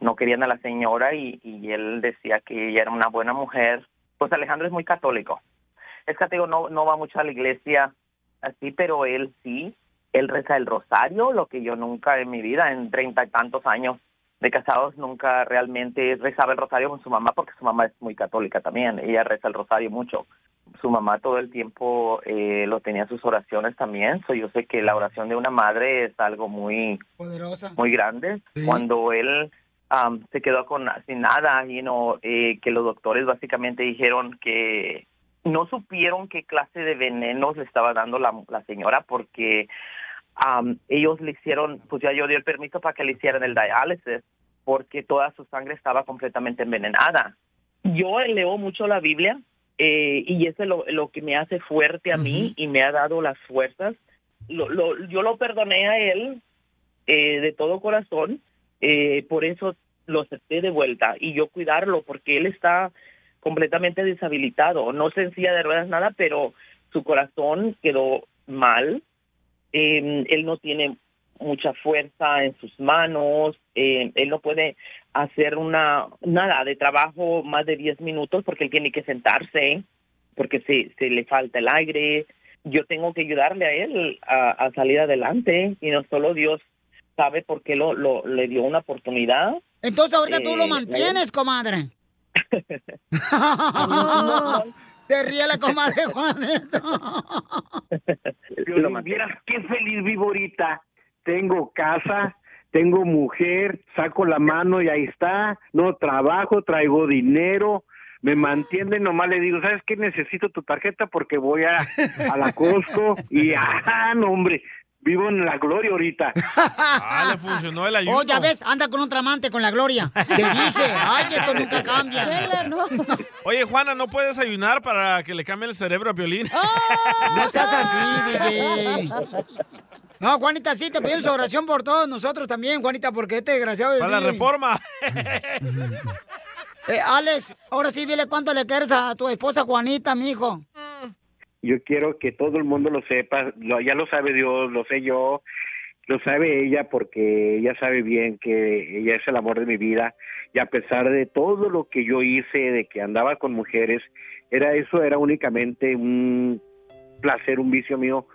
Speaker 14: no querían a la señora y, y él decía que ella era una buena mujer. Pues Alejandro es muy católico. Es católico, no, no va mucho a la iglesia así, pero él sí. Él reza el rosario, lo que yo nunca en mi vida, en treinta y tantos años de casados, nunca realmente rezaba el rosario con su mamá porque su mamá es muy católica también. Ella reza el rosario mucho su mamá todo el tiempo eh, lo tenía en sus oraciones también. So, yo sé que la oración de una madre es algo muy
Speaker 1: Poderosa.
Speaker 14: muy grande.
Speaker 1: Sí.
Speaker 14: Cuando él am, se quedó con sin nada, y no eh, que los doctores básicamente dijeron que no supieron qué clase de venenos le estaba dando la, la señora porque am, ellos le hicieron, pues ya yo dio el permiso para que le hicieran el diálisis porque toda su sangre estaba completamente envenenada. Yo leo mucho la Biblia eh, y eso es lo, lo que me hace fuerte a mí y me ha dado las fuerzas. Lo- lo- yo lo perdoné a él eh, de todo corazón, eh, por eso lo acepté de vuelta y yo cuidarlo porque él está completamente deshabilitado, no se en silla de ruedas nada, pero su corazón quedó mal, Eh, él no tiene mucha fuerza en sus manos, Eh, él no puede hacer una nada de trabajo más de 10 minutos porque él tiene que sentarse, porque se, se le falta el aire, yo tengo que ayudarle a él a, a salir adelante y no solo Dios sabe por qué lo, lo- le dio una oportunidad.
Speaker 1: Entonces ahorita tú
Speaker 14: Eh,
Speaker 1: lo mantienes, comadre. Te ríe la comadre ¿eh? Juanito.
Speaker 13: Piolín, vieras qué feliz vivo ahorita. Tengo casa, tengo mujer, saco la mano y ahí está. No trabajo, traigo dinero, me mantienen. Nomás le digo, ¿sabes qué? Necesito tu tarjeta porque voy a, a la Costco. Y, ajá, no, hombre, vivo en la gloria ahorita.
Speaker 2: Ah, le funcionó el ayuno.
Speaker 1: Oh, ya ves, anda con otra amante, con la gloria. Te dije, ay, esto nunca cambia.
Speaker 2: Oye, Juana, ¿no puedes ayunar para que le cambie el cerebro a Piolín?
Speaker 1: ¡Oh! No seas así, DJ. No, Juanita, sí, te pedimos oración por todos nosotros también, Juanita, porque este desgraciado... el
Speaker 2: Para la
Speaker 1: DJ.
Speaker 2: reforma.
Speaker 1: Eh, Alex, ahora sí dile cuánto le quieres a tu esposa Juanita, mijo.
Speaker 13: Yo quiero que todo el mundo lo sepa, lo- ya lo sabe Dios, lo sé yo, lo sabe ella porque ella sabe bien que ella es el amor de mi vida y a pesar de todo lo que yo hice, de que andaba con mujeres, era eso, era únicamente un placer, un vicio mío,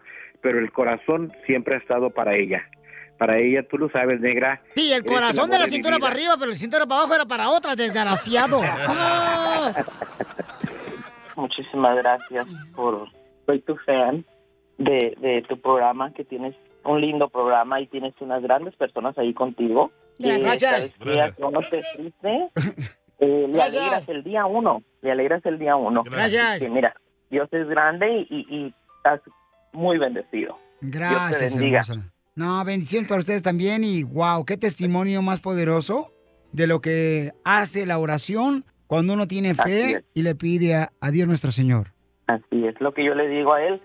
Speaker 13: pero el corazón siempre ha estado para ella. Para ella, tú lo sabes, negra.
Speaker 1: Sí, el
Speaker 13: eres
Speaker 2: Este,
Speaker 1: corazón de la
Speaker 13: amor mi
Speaker 1: cintura
Speaker 13: vida.
Speaker 1: para arriba, pero el cintura para abajo era para otra, desgraciado. Oh.
Speaker 14: Muchísimas gracias por... Soy tu fan de, de tu programa, que tienes un lindo programa y tienes unas grandes personas ahí contigo. Que
Speaker 6: Gracias.
Speaker 14: sabes que
Speaker 6: Gracias.
Speaker 14: a uno te triste, eh, le
Speaker 6: Gracias.
Speaker 14: alegras el día uno. Le alegras el día uno.
Speaker 6: Gracias.
Speaker 14: Así que mira, Dios es grande y, y- y estás muy bendecido. Dios
Speaker 1: Gracias,
Speaker 14: te bendiga.
Speaker 1: hermosa. No, bendiciones para ustedes también y wow, qué testimonio más poderoso de lo que hace la oración cuando uno tiene
Speaker 14: Así
Speaker 1: fe
Speaker 14: es.
Speaker 1: y le pide a, a Dios nuestro Señor.
Speaker 14: Así es lo que yo le digo a él.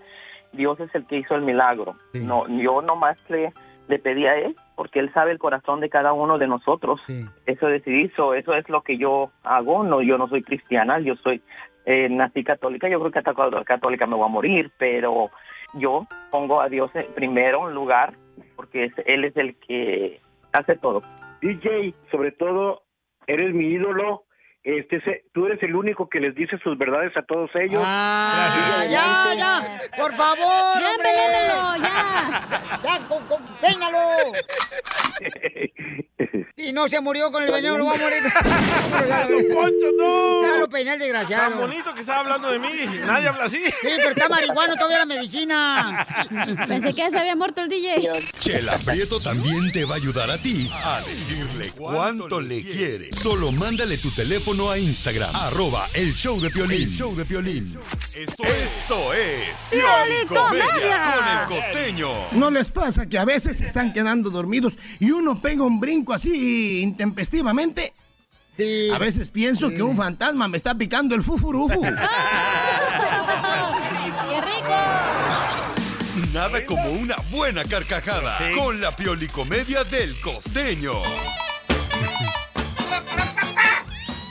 Speaker 14: Dios es el que hizo el milagro. No, yo nomás le, le pedí a él porque él sabe el corazón de cada uno de nosotros. Eso decidí, so, eso es lo que yo hago. No, yo no soy cristiana, yo soy eh, nací católica. Yo creo que hasta cuando católica me voy a morir, pero yo pongo a Dios en primero lugar porque es- él es el que hace todo.
Speaker 13: DJ, sobre todo, eres mi ídolo. Este, se- tú eres el único que les dice sus verdades a todos ellos.
Speaker 1: Ah, ya, ya, por favor.
Speaker 6: Ya,
Speaker 1: hombre.
Speaker 6: envenénalo,
Speaker 1: ya. Ya, con- con- véngalo. Y no se murió con el veneno, lo va a morir.
Speaker 2: Don Poncho, no.
Speaker 1: Ya lo peiné el desgraciado.
Speaker 2: Tan bonito que estaba hablando de mí. Nadie habla así.
Speaker 1: Sí, pero está marihuano todavía la medicina.
Speaker 3: Pensé que ya se había muerto el DJ.
Speaker 7: Chela Prieto también te va a ayudar a ti a decirle cuánto le quiere. Solo mándale tu teléfono a Instagram, arroba el show de Piolín. show de Piolín. Esto, esto es Piolín Comedia con el costeño.
Speaker 15: ¿No les pasa que a veces se están quedando dormidos y uno pega un brinco así intempestivamente? A veces pienso que un fantasma me está picando el fufurufu.
Speaker 3: ¡Qué rico!
Speaker 7: Nada como una buena carcajada con la piolicomedia del costeño.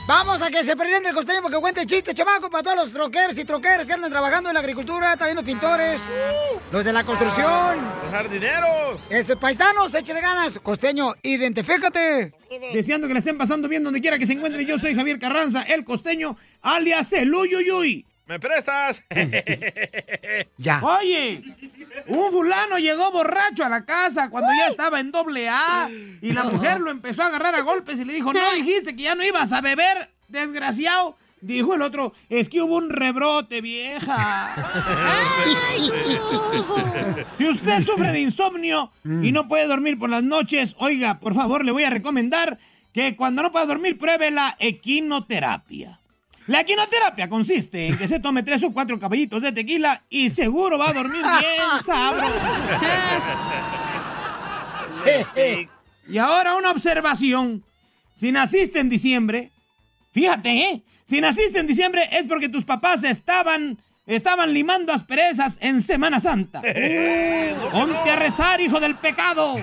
Speaker 1: Vamos a que se perdió el costeño porque cuente chiste, chamaco, para todos los troqueros y troqueros que andan trabajando en la agricultura, también los pintores, los de la construcción.
Speaker 2: Los jardineros.
Speaker 1: Esos paisanos, échale ganas. Costeño, identifícate.
Speaker 15: Deseando que la estén pasando bien donde quiera que se encuentren. Yo soy Javier Carranza, el costeño, alias el Uyuyuy.
Speaker 2: ¿Me prestas?
Speaker 15: Ya. Oye, un fulano llegó borracho a la casa cuando ya estaba en doble A y la mujer lo empezó a agarrar a golpes y le dijo, no dijiste que ya no ibas a beber, desgraciado. Dijo el otro, es que hubo un rebrote, vieja. Si usted sufre de insomnio y no puede dormir por las noches, oiga, por favor, le voy a recomendar que cuando no pueda dormir pruebe la equinoterapia. La equinoterapia consiste en que se tome tres o cuatro caballitos de tequila y seguro va a dormir bien sabroso. y ahora una observación. Si naciste en diciembre, fíjate, ¿eh? Si naciste en diciembre es porque tus papás estaban, estaban limando asperezas en Semana Santa. Ponte a rezar, hijo del pecado.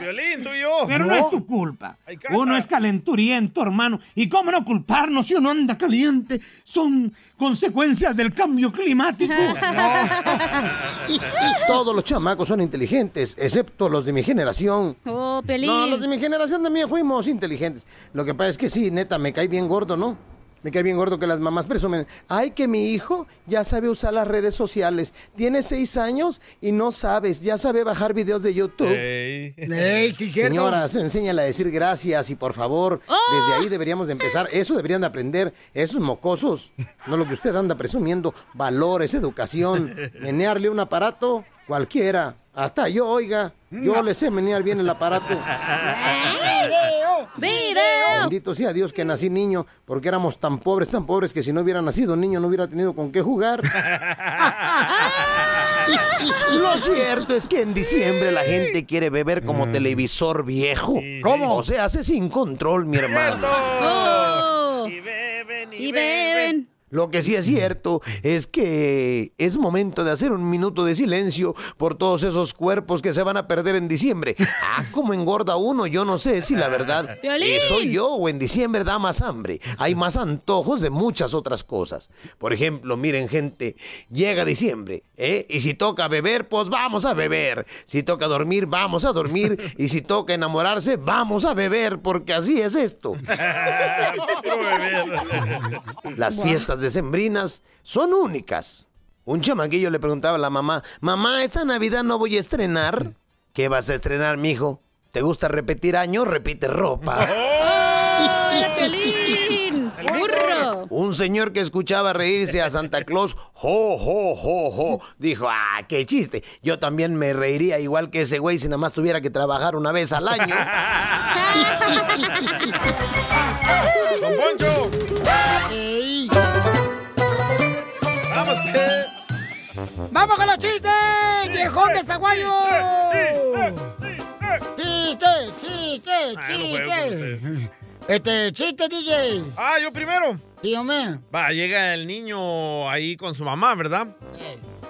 Speaker 2: Violín, tú y yo.
Speaker 15: Pero no, es tu culpa. Uno es calenturiento, hermano. ¿Y cómo no culparnos si uno anda caliente? Son consecuencias del cambio climático.
Speaker 12: Todos los chamacos son inteligentes, excepto los de mi generación.
Speaker 3: Oh, Pelín.
Speaker 12: No, los de mi generación también fuimos inteligentes. Lo que pasa es que sí, neta, me cae bien gordo, ¿no? Me cae bien gordo que las mamás presumen. Ay, que mi hijo ya sabe usar las redes sociales. Tiene seis años y no sabes. Ya sabe bajar videos de
Speaker 1: Eh,
Speaker 12: YouTube.
Speaker 2: Ey.
Speaker 1: Ey, sí, cierto. ¡Ah!
Speaker 12: Señoras, enséñale a decir gracias y por favor, desde ahí deberíamos de empezar. Eso deberían de aprender esos mocosos. No lo que usted anda presumiendo. Valores, educación. Menearle un aparato, cualquiera. Hasta yo, oiga. Yo le sé menear bien el aparato.
Speaker 1: ¡Video! ¡Video!
Speaker 12: Bendito sea Dios que nací niño, porque éramos tan pobres, tan pobres que si no hubiera nacido niño no hubiera tenido con qué jugar. Lo cierto es que en diciembre la gente quiere beber como televisor viejo. ¿Cómo? O sea, hace sin control, mi hermano.
Speaker 3: Oh.
Speaker 2: Y beben,
Speaker 3: Y beben.
Speaker 12: Lo que sí es cierto es que es momento de hacer un minuto de silencio por todos esos cuerpos que se van a perder en diciembre. Ah, como engorda uno, yo no sé si la verdad
Speaker 3: ¡Piolín!
Speaker 12: eh, soy yo o en diciembre da más hambre. Hay más antojos de muchas otras cosas. Por ejemplo, miren gente, llega diciembre, ¿eh? Y si toca beber, pues vamos a beber. Si toca dormir, vamos a dormir. Y si toca enamorarse, vamos a beber, porque así es esto.
Speaker 2: Puro bebé.
Speaker 12: Las fiestas decembrinas son únicas. Un chamaquillo le preguntaba a la mamá, mamá, esta Navidad no voy a estrenar. ¿Qué vas a estrenar, mijo? ¿Te gusta repetir año? Repite ropa.
Speaker 3: ¡Oh, era Pelín! ¡Burro!
Speaker 12: Un señor que escuchaba reírse a Santa Claus, jo, jo, jo, jo, dijo, ah, qué chiste. Yo también me reiría igual que ese güey si nada más tuviera que trabajar una vez al año.
Speaker 2: Don Poncho.
Speaker 1: Ey.
Speaker 2: Vamos que.
Speaker 1: ¡Vamos con los chistes! ¡Viejón de Zaguayo! ¡Chiste, chiste,
Speaker 2: Ah, yo no juego con
Speaker 1: chiste!
Speaker 2: ustedes.
Speaker 1: Este, chiste, DJ.
Speaker 2: Ah, yo primero.
Speaker 1: Dígame.
Speaker 2: Va, llega el niño ahí con su mamá, ¿verdad?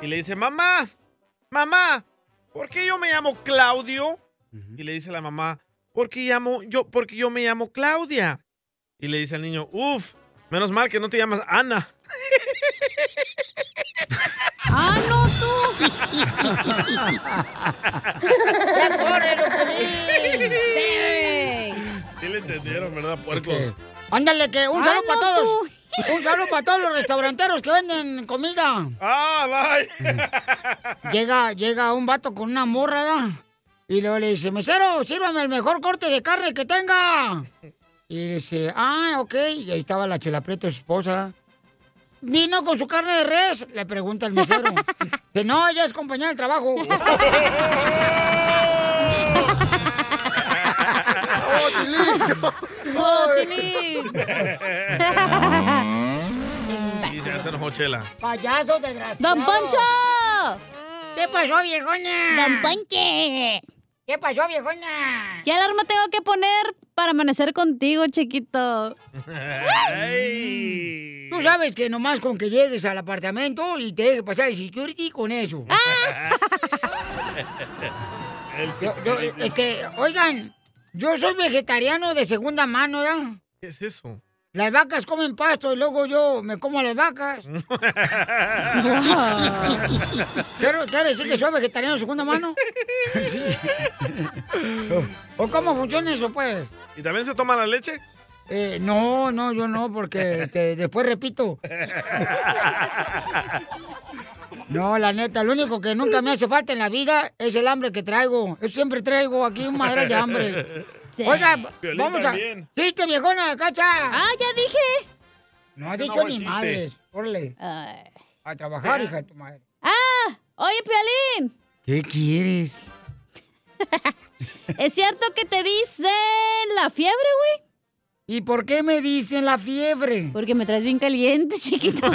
Speaker 2: Y le dice, mamá, mamá, ¿por qué yo me llamo Claudio? Y le dice la mamá, ¿por qué llamo yo, porque yo me llamo Claudia? Y le dice al niño, uf, menos mal que no te llamas Ana.
Speaker 3: ¡Ah, no tú!
Speaker 1: ¡Ya córrelo, Pelín!
Speaker 3: ¡Sí!
Speaker 2: Sí le entendieron, ¿verdad, puercos?
Speaker 1: Ándale, que un saludo
Speaker 3: Ah,
Speaker 1: para
Speaker 3: no,
Speaker 1: todos. Un saludo para todos los restauranteros que venden comida.
Speaker 2: ¡Ah, bye!
Speaker 1: Llega, llega un vato con una morra, ¿verdad? Y luego le dice, mesero, sírvame el mejor corte de carne que tenga. Y dice, ah, ok. Y ahí estaba la Chela Prieto, su esposa. ¿Vino con su carne de res? Le pregunta el mesero. que no, ella es compañera del trabajo.
Speaker 3: ¡Oh, Tilín!
Speaker 2: Y se hace enojó Chela.
Speaker 1: ¡Payaso desgraciado!
Speaker 3: ¡Don Poncho!
Speaker 1: ¿Qué pasó, viejona?
Speaker 3: ¡Don Ponche!
Speaker 1: ¿Qué pasó, viejona?
Speaker 3: ¿Qué alarma tengo que poner para amanecer contigo, chiquito?
Speaker 1: Tú sabes que nomás con que llegues al apartamento y te dejes pasar el security con eso.
Speaker 3: Ah.
Speaker 1: Yo- yo- este, oigan, yo soy vegetariano de segunda mano, ¿ya?
Speaker 2: ¿Qué es eso?
Speaker 1: Las vacas comen pasto y luego yo me como a las vacas. ¿Quiero, quiere decir que soy vegetariano de segunda mano? Sí. ¿O cómo funciona eso, pues?
Speaker 2: ¿Y también se toma la leche?
Speaker 1: Eh, no, no, yo no, porque este, después repito. No, la neta, lo único que nunca me hace falta en la vida es el hambre que traigo. Yo siempre traigo aquí un madral de hambre. Oiga,
Speaker 4: Piolín
Speaker 1: vamos a...
Speaker 4: también.
Speaker 1: ¡Viste, viejona, cacha! ¡Ah,
Speaker 3: ya dije!
Speaker 1: No has
Speaker 3: Ese no
Speaker 1: dicho
Speaker 3: va el
Speaker 1: ni
Speaker 3: chiste.
Speaker 1: madres. Órale. A trabajar, hija de tu madre.
Speaker 3: ¡Ah! Oye, Piolín,
Speaker 1: ¿Qué quieres?
Speaker 3: ¿es cierto que te dicen la fiebre, güey?
Speaker 1: ¿Y por qué me dicen la fiebre?
Speaker 3: Porque me traes bien caliente, chiquito.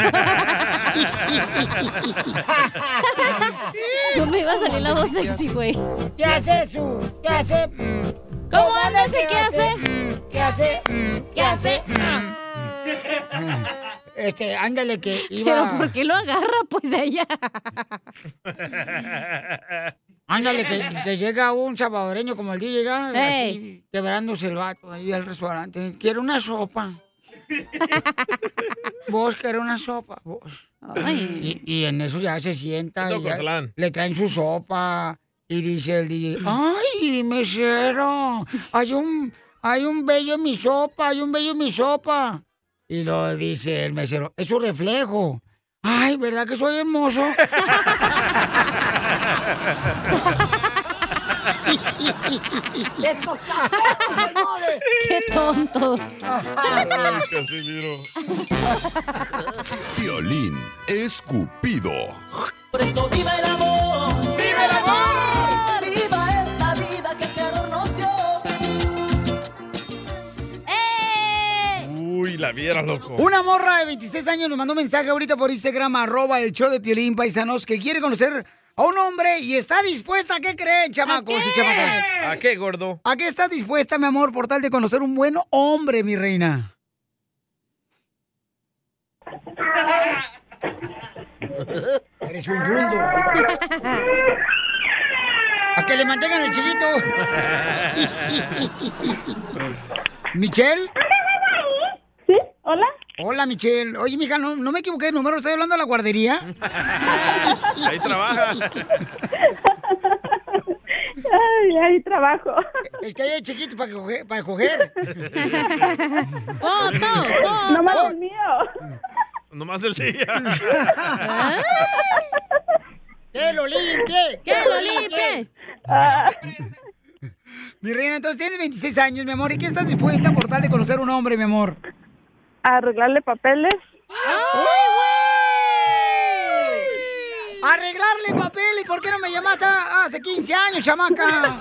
Speaker 3: no me iba a salir la voz sexy, güey.
Speaker 1: ¿Qué hace su? ¿Qué hace? mm?
Speaker 3: ¿Cómo andas? ¿Qué hace?
Speaker 1: Mm, ¿Qué hace? Mm, ¿Qué hace? Mm. Este, ándale que iba...
Speaker 3: Pero ¿por qué lo agarra, pues, a ella?
Speaker 1: Ándale, que, que llega un salvadoreño como el DJ, ya,
Speaker 3: Ey.
Speaker 1: así, quebrándose el vato ahí al restaurante. Quiero una sopa. vos quiero una sopa, vos. Y, y en eso ya se sienta.
Speaker 2: Es
Speaker 1: y ya
Speaker 2: Ocotlán.
Speaker 1: le traen su sopa. Y dice el DJ, ¡ay, mesero! Hay un, hay un bello en mi sopa, hay un bello en mi sopa. Y lo dice el mesero, es su reflejo. ¡Ay, verdad que soy hermoso!
Speaker 3: ¡Qué tonto!
Speaker 7: Violín escupido.
Speaker 4: Por eso viva el amor. ¡Viva el amor! ¡Viva esta vida que este amor nos dio!
Speaker 3: ¡Eh!
Speaker 2: Uy, la vieras, loco.
Speaker 1: Una morra de 26 años nos mandó un mensaje ahorita por Instagram, arroba el show de Piolín Paisanos, que quiere conocer a un hombre y está dispuesta, ¿qué creen, chamacos y chamacas?
Speaker 2: ¿A qué, gordo?
Speaker 1: ¿A qué estás dispuesta, mi amor, por tal de conocer un buen hombre, mi reina? Eres un yundo. A que le mantengan el chiquito. ¿Michelle? ¿Sí? ¿Hola? Hola, Michelle. Oye, mija, no, no me equivoqué de número. ¿Estoy hablando de la guardería?
Speaker 2: Ahí trabaja.
Speaker 1: Ay, ahí trabajo. Es que ahí hay chiquitos para coger. Para coger.
Speaker 2: No
Speaker 10: más el
Speaker 1: mío!
Speaker 2: Nomás del día.
Speaker 1: ¡Que lo limpie!
Speaker 3: ¡Que lo limpie!
Speaker 1: Mi reina, entonces tienes 26 años, mi amor. ¿Y qué estás dispuesta por tal de conocer un hombre, mi amor? arreglarle papeles. ¡Arreglarle papeles! ¿Por qué no me llamaste a- hace 15 años, chamaca?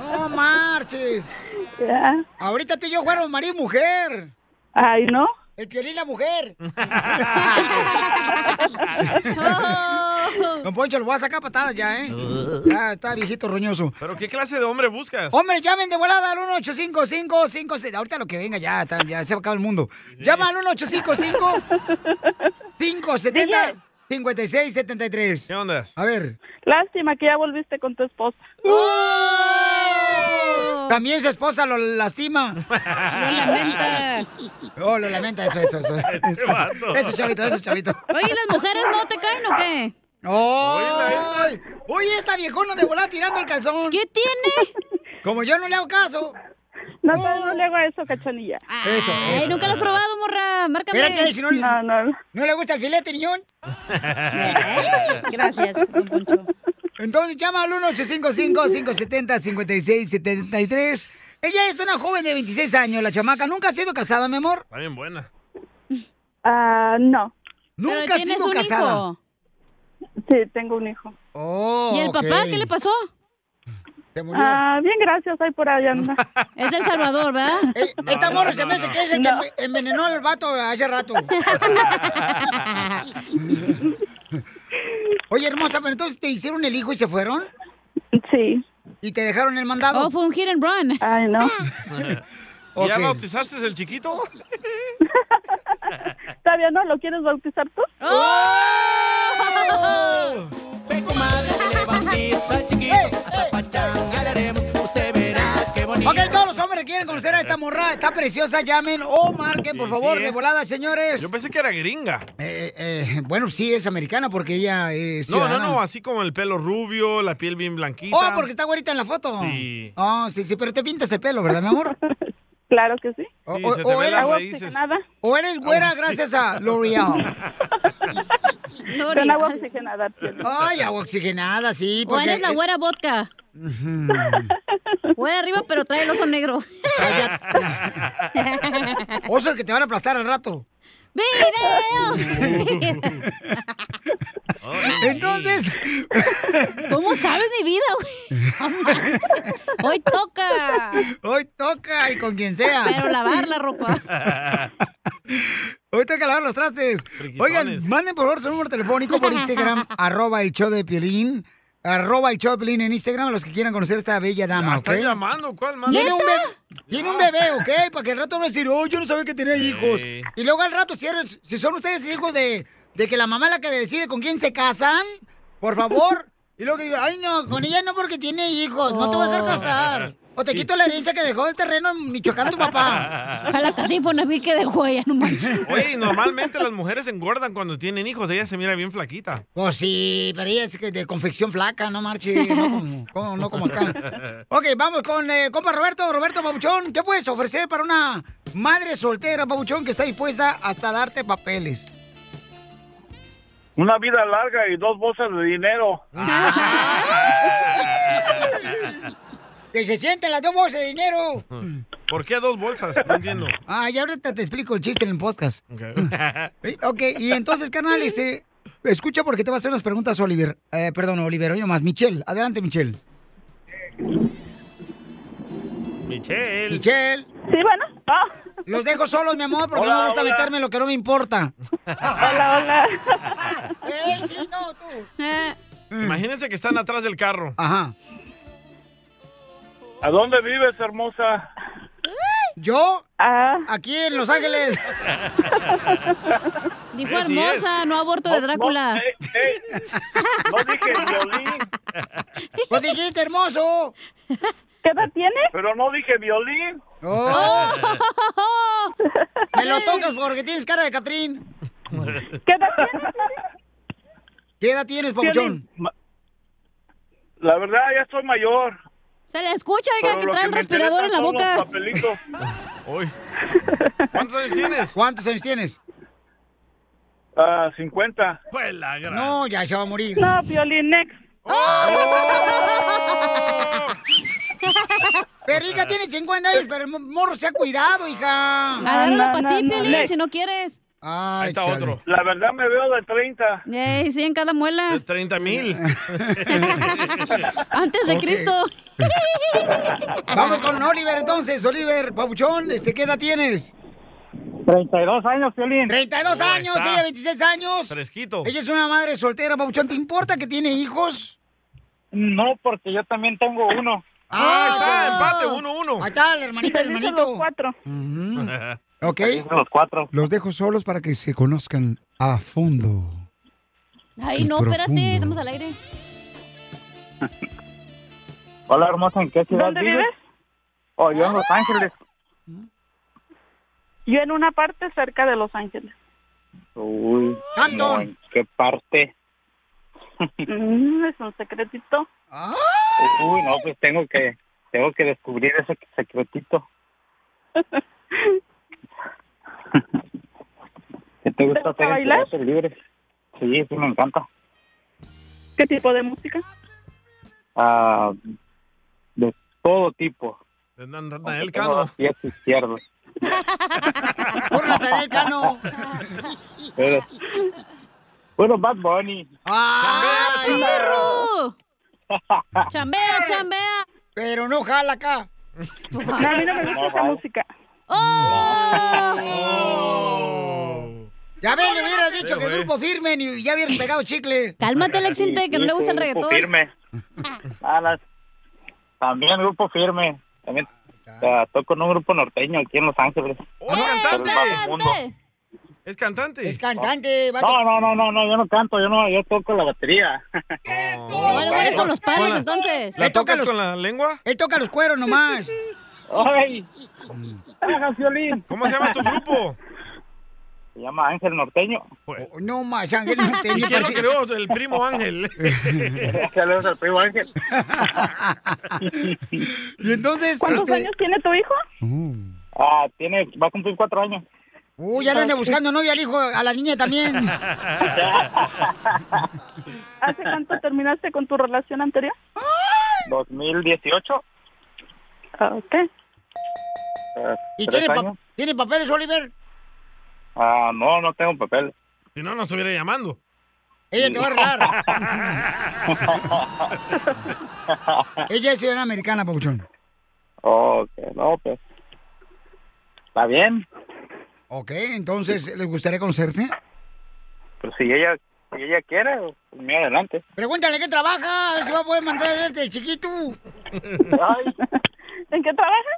Speaker 1: ¡No marches! Ahorita tú y yo fuéramos marido y mujer. Ay, ¿no? El piolín la mujer. Don Poncho, lo voy a sacar a patadas ya, ¿eh? Ya está viejito roñoso.
Speaker 2: ¿Pero qué clase de hombre buscas?
Speaker 1: Hombre, llamen de volada al 1855 Ahorita lo que venga ya, está- ya se acaba el mundo. Llama al 1855 570 5673. ¿Qué
Speaker 2: onda?
Speaker 1: A ver.
Speaker 10: Lástima que ya volviste con tu esposa.
Speaker 1: ¡Oh! También su esposa lo lastima.
Speaker 10: Lo
Speaker 3: lamenta.
Speaker 1: Oh, lo lamenta, eso, eso, eso. Eso,
Speaker 4: vato.
Speaker 1: eso, chavito, eso, chavito.
Speaker 3: Oye, ¿y ¿las mujeres no te caen o qué?
Speaker 1: ¡Ay! Oye, esta viejona de volada tirando el calzón.
Speaker 3: ¿Qué tiene?
Speaker 1: Como yo no le hago caso. Oh.
Speaker 10: No, no, no le hago eso, cachanilla.
Speaker 1: Eso,
Speaker 3: Ay, nunca lo has probado, morra. Márcame.
Speaker 1: Espérate, si no,
Speaker 10: No, no.
Speaker 1: no le gusta el filete, niñón.
Speaker 3: Gracias,
Speaker 1: Entonces llama al 1-855-570-5673. Ella es una joven de 26 años, la chamaca. ¿Nunca ha sido casada, mi amor?
Speaker 2: Está bien buena.
Speaker 10: Ah, no.
Speaker 1: ¿Nunca Pero has tienes sido un casada? hijo.
Speaker 10: Sí, tengo un hijo.
Speaker 1: Oh,
Speaker 3: ¿Y el papá qué le pasó?
Speaker 1: Se
Speaker 3: murió.
Speaker 10: Ah, bien, gracias. Ahí por allá anda.
Speaker 3: Es del Salvador, ¿verdad?
Speaker 1: Eh, Esta
Speaker 10: No,
Speaker 1: morra
Speaker 10: no,
Speaker 1: se me
Speaker 10: no,
Speaker 1: hace
Speaker 10: no.
Speaker 1: que es el
Speaker 10: No.
Speaker 1: que enve- envenenó al vato hace rato. Oye, hermosa, pero entonces te hicieron el hijo y se fueron.
Speaker 10: Sí.
Speaker 1: ¿Y te dejaron el mandado?
Speaker 3: Oh, fue un hit and run.
Speaker 10: Ay, no.
Speaker 2: ¿Y ¿Ya
Speaker 10: Ok.
Speaker 2: bautizaste el chiquito?
Speaker 10: Todavía no lo quieres bautizar tú.
Speaker 6: ¡Oh!
Speaker 1: Ok, todos los hombres que quieren conocer a esta morra, está preciosa, llamen o marquen, por
Speaker 2: Sí,
Speaker 1: favor,
Speaker 2: sí,
Speaker 1: de
Speaker 2: eh.
Speaker 1: volada, señores.
Speaker 2: Yo pensé que era gringa.
Speaker 1: Eh, bueno, sí, es americana porque ella es
Speaker 2: No, no,
Speaker 1: ciudadana.
Speaker 2: no, así como el pelo rubio, la piel bien blanquita.
Speaker 1: Oh, porque está güerita en la foto.
Speaker 2: Sí.
Speaker 1: Oh, sí, sí, pero te pintas el pelo, ¿verdad, mi amor?
Speaker 10: claro que sí.
Speaker 1: O,
Speaker 2: Sí,
Speaker 1: o-
Speaker 2: se te
Speaker 1: o
Speaker 2: ven
Speaker 1: eres,
Speaker 2: las raíces.
Speaker 1: o eres güera
Speaker 2: Agua oxi-
Speaker 1: gracias a L'Oreal.
Speaker 10: Con agua oxigenada. tiene.
Speaker 1: Ay, agua oxigenada, sí.
Speaker 3: O
Speaker 1: Porque...
Speaker 3: eres la güera vodka. Güera arriba, pero trae el oso negro.
Speaker 1: Oso el que te van a aplastar al rato.
Speaker 3: ¡Video!
Speaker 1: Entonces.
Speaker 3: ¿Cómo sabes mi vida, güey? Hoy toca.
Speaker 1: Hoy toca y con quien sea.
Speaker 3: Pero lavar la ropa.
Speaker 1: Hoy tengo que lavar los trastes. Oigan, manden por favor su número telefónico por Instagram, arroba el show de Piolín, arroba el show de Piolín en Instagram, a los que quieran conocer a esta bella dama, ¿ok?
Speaker 2: Está llamando, ¿cuál más?
Speaker 1: Tiene un, bebé, tiene un bebé, ¿ok? Para que el rato no decir, oh, yo no sabía que tenía hijos. Y luego al rato, si, eres- si son ustedes hijos de, de que la mamá es la que decide con quién se casan, por favor. Y luego que digo, ay, no, con ella no porque tiene hijos, no te voy a dejar casar. O te quito la herencia que dejó el terreno en Michoacán tu papá.
Speaker 3: A la casífona vi que dejó allá, no manches.
Speaker 2: Oye, y normalmente las mujeres engordan cuando tienen hijos. Ella se mira bien flaquita.
Speaker 1: Pues sí, pero ella es que de confección flaca, no marche, no como, como- no como acá. Ok, vamos con eh, compa Roberto, Roberto Pabuchón. ¿Qué puedes ofrecer para una madre soltera, Pabuchón, que está dispuesta hasta darte papeles?
Speaker 6: Una vida larga y dos bolsas de dinero.
Speaker 1: Que se sienten las dos bolsas de dinero.
Speaker 2: ¿Por qué dos bolsas? No entiendo.
Speaker 1: Ah, ya ahorita te explico el chiste en el podcast. Eh, Ok, y entonces, carnal, este, escucha porque te va a hacer unas preguntas, Oliver. Eh, perdón, Oliver, oye más. Michelle, adelante, Michelle.
Speaker 2: Michelle.
Speaker 1: Michelle.
Speaker 10: Sí, bueno.
Speaker 1: Los dejo solos, mi amor, porque
Speaker 2: Hola,
Speaker 1: no me gusta
Speaker 2: hola.
Speaker 1: meterme en lo que no me importa.
Speaker 10: Hola,
Speaker 1: hola. Eh, sí, no, tú.
Speaker 3: Eh,
Speaker 2: Imagínense que están atrás del carro.
Speaker 1: Ajá.
Speaker 6: ¿A dónde vives, hermosa?
Speaker 1: ¿Yo?
Speaker 10: Ah.
Speaker 1: Aquí en Los Ángeles.
Speaker 3: Dijo hermosa, no aborto de Drácula.
Speaker 6: eh,
Speaker 1: Pues dijiste hermoso.
Speaker 10: ¿Qué edad tiene?
Speaker 6: Pero no dije violín.
Speaker 1: Oh. Me lo tocas porque tienes cara de Catrín.
Speaker 3: Oh.
Speaker 10: ¿Qué edad tienes?
Speaker 1: ¿Qué edad tienes, papuchón?
Speaker 6: La verdad, ya estoy mayor.
Speaker 3: Se le escucha,
Speaker 6: Pero
Speaker 3: oiga, que
Speaker 6: lo
Speaker 3: trae el
Speaker 6: me
Speaker 3: respirador en la
Speaker 6: interesan son los
Speaker 3: boca.
Speaker 6: papelitos.
Speaker 2: ¿Cuántos años tienes?
Speaker 1: ¿Cuántos años tienes?
Speaker 6: Ah, 50.
Speaker 2: Pues la gran-
Speaker 1: No, ya se va a morir.
Speaker 10: No, violín next.
Speaker 1: Oh. Pero hija tiene 50 años, pero el morro se ha cuidado, hija.
Speaker 3: Agárralo para ti, Piolín,
Speaker 6: Next.
Speaker 3: si no quieres.
Speaker 1: Ay,
Speaker 6: está
Speaker 1: chale.
Speaker 6: otro. La verdad, me veo de 30.
Speaker 3: Ey, sí, en cada muela.
Speaker 2: 30 mil.
Speaker 3: Antes de
Speaker 1: Ok.
Speaker 3: Cristo.
Speaker 1: Vamos con Oliver entonces, Oliver, papuchón, este, ¿qué edad tienes?
Speaker 6: 32 años, Piolín.
Speaker 1: 32
Speaker 6: Ahí
Speaker 1: años,
Speaker 6: está.
Speaker 1: ella 26 años.
Speaker 6: Fresquito.
Speaker 1: Ella es una madre soltera, papuchón, ¿te importa que tiene hijos?
Speaker 6: No, porque yo también tengo uno.
Speaker 1: Ah, ahí está,
Speaker 2: empate,
Speaker 1: uno, uno. Ahí está, la hermanita, el hermanito. Los
Speaker 10: cuatro.
Speaker 1: Ok.
Speaker 6: Los cuatro.
Speaker 1: Los dejo solos para que se conozcan a fondo.
Speaker 3: Ay, no,
Speaker 1: Profundo.
Speaker 3: espérate, estamos al aire.
Speaker 6: Hola, hermosa, ¿en qué ciudad
Speaker 10: ¿Dónde
Speaker 6: vives?
Speaker 10: vives?
Speaker 6: Oh, yo en Los Ángeles.
Speaker 10: Yo en una parte cerca de Los Ángeles.
Speaker 6: Uy.
Speaker 10: Canton.
Speaker 6: no, ¿En qué parte?
Speaker 10: Mm, es un secretito.
Speaker 6: Ah. Uy, no, pues tengo que, tengo que descubrir ese secretito. ¿Qué te gusta hacer en tus
Speaker 10: bailar?
Speaker 6: ratos libres? Sí, sí, me encanta.
Speaker 10: ¿Qué tipo de música?
Speaker 6: ah, de todo tipo.
Speaker 2: De Nan- Natanael
Speaker 6: Tengo
Speaker 2: Cano.
Speaker 6: los pies izquierdos.
Speaker 1: Por Natanael Cano.
Speaker 6: Pero- bueno, Bad Bunny.
Speaker 1: ¡Ah,
Speaker 3: perro! ¡Chambea, chambea!
Speaker 1: Pero no jala acá.
Speaker 10: No, a mí no me gusta esa música.
Speaker 3: ¡Oh!
Speaker 1: Oh. Ya ven, le hubieras dicho que grupo firme y ya hubieras pegado chicle.
Speaker 3: Cálmate, Alex,
Speaker 6: Sí, sí, sí, grupo firme. Ah, las- también grupo firme. También ah, toco en un grupo norteño aquí en Los Ángeles.
Speaker 2: ¡Oh, cantante!
Speaker 6: Pero es bajo mundo.
Speaker 2: Es cantante.
Speaker 1: Es cantante, va
Speaker 6: No, no, no, no, no, yo no canto, yo no, yo toco la batería.
Speaker 3: No le mueres con los padres,
Speaker 6: Hola.
Speaker 3: entonces.
Speaker 6: ¿La tocas
Speaker 2: con la lengua?
Speaker 1: Él toca los cueros nomás.
Speaker 6: ¡Ay! violín!
Speaker 2: ¿Cómo se llama tu grupo?
Speaker 6: Se llama Ángel Norteño.
Speaker 1: Oh, No más, Ángel Norteño.
Speaker 2: ¿Y quién lo
Speaker 1: parece-
Speaker 2: creó? El primo Ángel.
Speaker 6: Saludos al primo Ángel.
Speaker 1: y entonces, este,
Speaker 6: ¿Cuántos
Speaker 1: años
Speaker 10: tiene tu hijo?
Speaker 6: Ah, tiene, va a cumplir cuatro años.
Speaker 1: Uy, ya le
Speaker 10: Ah,
Speaker 1: anda buscando novia al hijo, a la niña también.
Speaker 10: ¿Hace cuánto terminaste con tu relación anterior?
Speaker 6: 2018.
Speaker 10: Ah, Ok.
Speaker 6: eh,
Speaker 1: ¿Y
Speaker 6: tres
Speaker 1: tiene, pa-
Speaker 6: años.
Speaker 1: tiene papeles, Oliver?
Speaker 6: Ah, no, no tengo papel.
Speaker 2: Si no, no estuviera llamando.
Speaker 1: Ella te va a arreglar. Ella es ciudadana americana, Pabuchón.
Speaker 6: Ok, no, pues. ¿Está bien?
Speaker 1: Ok, entonces, ¿les gustaría conocerse?
Speaker 6: Pues si ella, si ella quiere, pues, mira adelante.
Speaker 1: Pregúntale qué trabaja, a ver si va a poder mandar el chiquito.
Speaker 10: ¿En qué trabaja?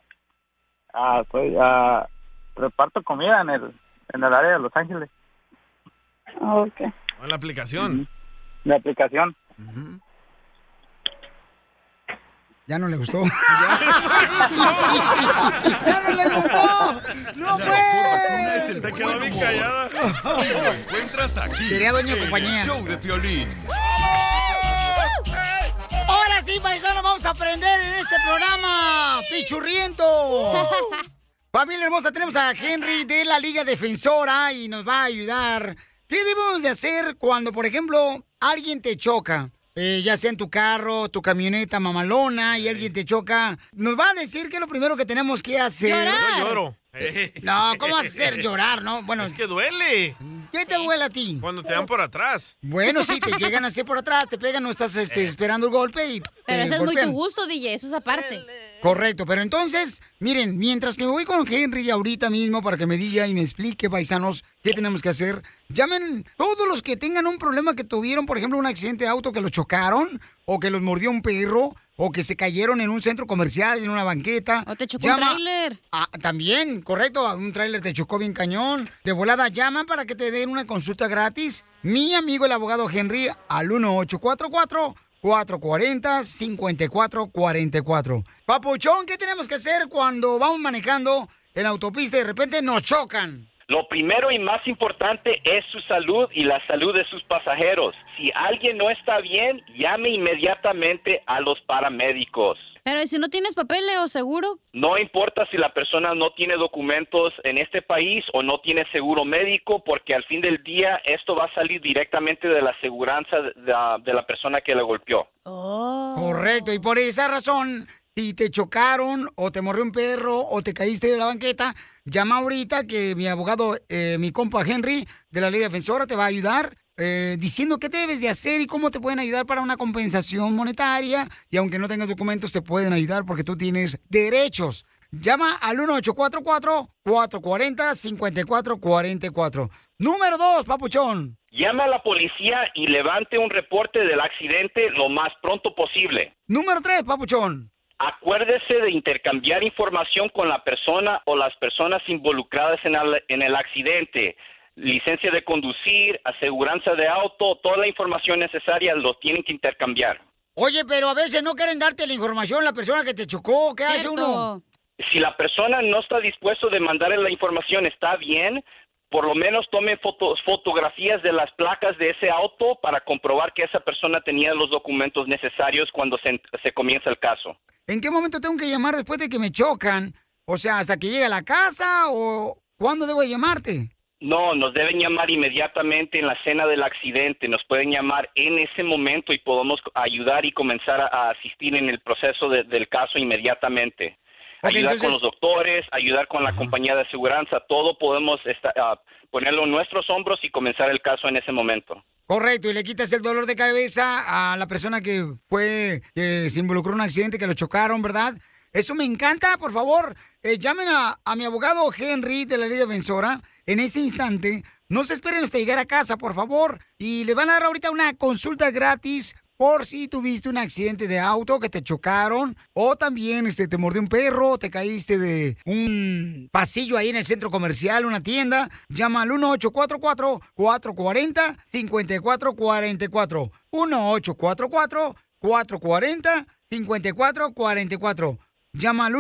Speaker 6: Ah, soy, ah, reparto comida en el, en el área de Los Ángeles.
Speaker 10: Ah, Ok.
Speaker 2: O en la aplicación.
Speaker 6: La aplicación.
Speaker 1: Ya no le gustó.
Speaker 4: ¡Ya no le gustó! ¡No
Speaker 1: pues.
Speaker 4: fue!
Speaker 7: Es el buen humor. Y lo encuentras aquí.
Speaker 1: Sería dueño de
Speaker 7: en
Speaker 1: compañía.
Speaker 7: El show de Piolín.
Speaker 1: Ahora sí, paisanos, vamos a aprender en este programa, pichurriento. Familia hermosa, tenemos a Henry de la Liga Defensora y nos va a ayudar. ¿Qué debemos de hacer cuando, por ejemplo, alguien te choca? Eh, ya sea en tu carro, tu camioneta mamalona y alguien te choca. Nos va a decir que lo primero que tenemos que hacer...
Speaker 2: Yo lloro. Eh.
Speaker 1: No, ¿cómo vas a hacer llorar, no? Bueno,
Speaker 2: Es que duele.
Speaker 1: ¿qué te duele a ti?
Speaker 2: Cuando te dan por atrás.
Speaker 1: Bueno, sí, te llegan así por atrás, te pegan, no estás
Speaker 2: Eh.
Speaker 1: este, esperando el golpe y...
Speaker 3: Pero
Speaker 1: te
Speaker 3: ese es muy tu
Speaker 1: golpean.
Speaker 3: gusto, DJ, eso es aparte.
Speaker 1: Correcto, pero entonces, miren, mientras que me voy con Henry ahorita mismo para que me diga y me explique, paisanos, qué tenemos que hacer, llamen todos los que tengan un problema que tuvieron, por ejemplo, un accidente de auto que los chocaron, o que los mordió un perro, o que se cayeron en un centro comercial, en una banqueta. O te
Speaker 3: chocó un tráiler.
Speaker 1: Ah, también, correcto, a un tráiler te chocó bien cañón. De volada, llama para que te den una consulta gratis. Mi amigo el abogado Henry al 1844. 440-5444. Papuchón, ¿qué tenemos que hacer cuando vamos manejando en la autopista y de repente nos chocan?
Speaker 17: Lo primero y más importante es su salud y la salud de sus pasajeros. Si alguien no está bien, llame inmediatamente a los paramédicos.
Speaker 3: Pero ¿y si no tienes papeles o seguro?
Speaker 17: No importa si la persona no tiene documentos en este país o no tiene seguro médico, porque al fin del día esto va a salir directamente de la aseguranza de- de la- de la persona que la golpeó.
Speaker 1: Correcto, y por esa razón, si te chocaron o te morrió un perro o te caíste de la banqueta, llama ahorita que mi abogado, eh, mi compa Henry de la Ley Defensora te va a ayudar. eh, diciendo qué debes de hacer y cómo te pueden ayudar para una compensación monetaria y aunque no tengas documentos te pueden ayudar porque tú tienes derechos. Llama al 1844-440-5444. Número 2, papuchón.
Speaker 17: Llame a la policía y levante un reporte del accidente lo más pronto posible.
Speaker 1: Número 3, papuchón.
Speaker 17: Acuérdese de intercambiar información con la persona o las personas involucradas en el, en el accidente. Licencia de conducir, aseguranza de auto, toda la información necesaria lo tienen que intercambiar.
Speaker 1: Oye, pero a veces no quieren darte la información la persona que te chocó. ¿Qué hace uno?
Speaker 17: Si la persona no está dispuesto de mandarle la información, está bien. Por lo menos tomen fotos, fotografías de las placas de ese auto para comprobar que esa persona tenía los documentos necesarios cuando se, se comienza el caso.
Speaker 1: ¿En qué momento tengo que llamar después de que me chocan? O sea, hasta que llegue a la casa o cuándo debo de llamarte?
Speaker 17: No, nos deben llamar inmediatamente en la escena del accidente, nos pueden llamar en ese momento y podemos ayudar y comenzar a, a asistir en el proceso de- del caso inmediatamente.
Speaker 1: Ok,
Speaker 17: ayudar
Speaker 1: entonces-
Speaker 17: con los doctores, ayudar con la compañía de aseguranza, todo podemos esta- ah, ponerlo en nuestros hombros y comenzar el caso en ese momento.
Speaker 1: Correcto, y le quitas el dolor de cabeza a la persona que fue, que se involucró en un accidente, que lo chocaron, ¿verdad? Eso me encanta, por favor, eh, llamen a, a mi abogado Henry de la Ley Defensora en ese instante. No se esperen hasta llegar a casa, por favor, y le van a dar ahorita una consulta gratis por si tuviste un accidente de auto que te chocaron o también este te mordió un perro, te caíste de un pasillo ahí en el centro comercial, una tienda, llama al 1844 440 5444. 1844 440 5444. Llama al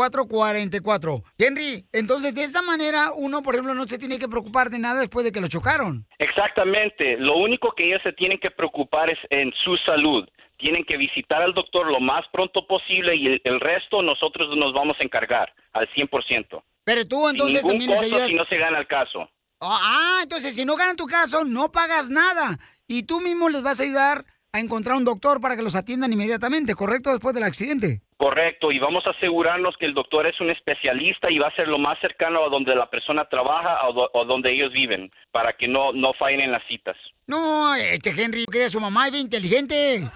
Speaker 1: 1844-440-5444. Henry, entonces de esa manera uno, por ejemplo, no se tiene que preocupar de nada después de que lo chocaron.
Speaker 17: Exactamente. Lo único que ellos se tienen que preocupar es en su salud. Tienen que visitar al doctor lo más pronto posible y el, el resto nosotros nos vamos a encargar al 100%.
Speaker 1: Pero tú
Speaker 17: Sin
Speaker 1: entonces
Speaker 17: ningún
Speaker 1: también les
Speaker 17: costo
Speaker 1: ayudas.
Speaker 17: si no se gana el caso.
Speaker 1: Ah, ah, entonces si no ganan tu caso, no pagas nada. Y tú mismo les vas a ayudar a encontrar un doctor para que los atiendan inmediatamente, ¿correcto? Después del accidente.
Speaker 17: Correcto, y vamos a asegurarnos que el doctor es un especialista y va a ser lo más cercano a donde la persona trabaja o, do- o donde ellos viven, para que no, no fallen en las citas.
Speaker 1: No, este Henry quería a su mamá y bien inteligente.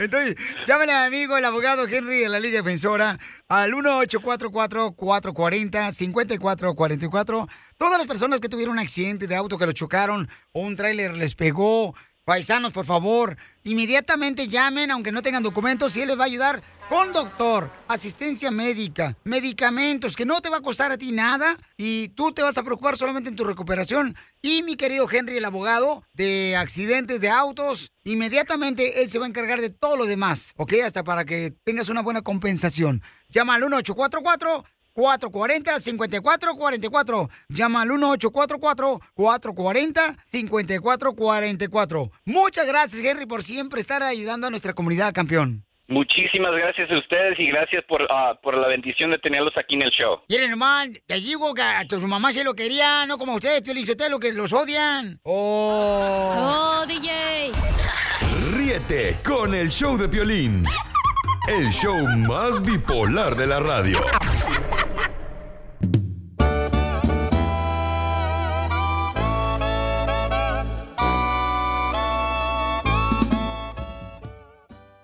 Speaker 1: Entonces, llámenle a mi amigo, el abogado Henry de la Liga Defensora, al 1844-440-5444. Todas las personas que tuvieron un accidente de auto, que lo chocaron, o un tráiler les pegó, paisanos, por favor, inmediatamente llamen, aunque no tengan documentos, y él les va a ayudar con doctor, asistencia médica, medicamentos, que no te va a costar a ti nada, y tú te vas a preocupar solamente en tu recuperación. Y mi querido Henry, el abogado de accidentes de autos, inmediatamente él se va a encargar de todo lo demás, ¿ok? Hasta para que tengas una buena compensación. Llama al 1844. 440-5444. Llama al 1844-440-5444. Muchas gracias, Henry, por siempre estar ayudando a nuestra comunidad, campeón.
Speaker 17: Muchísimas gracias a ustedes y gracias por, ah, por la bendición de tenerlos aquí en el show.
Speaker 1: Miren nomás, te digo que a tu mamá se lo quería, no como a ustedes, Piolín lo que los odian. ¡Oh!
Speaker 3: ¡Oh, DJ!
Speaker 7: Ríete con el show de Piolín, el show más bipolar de la radio.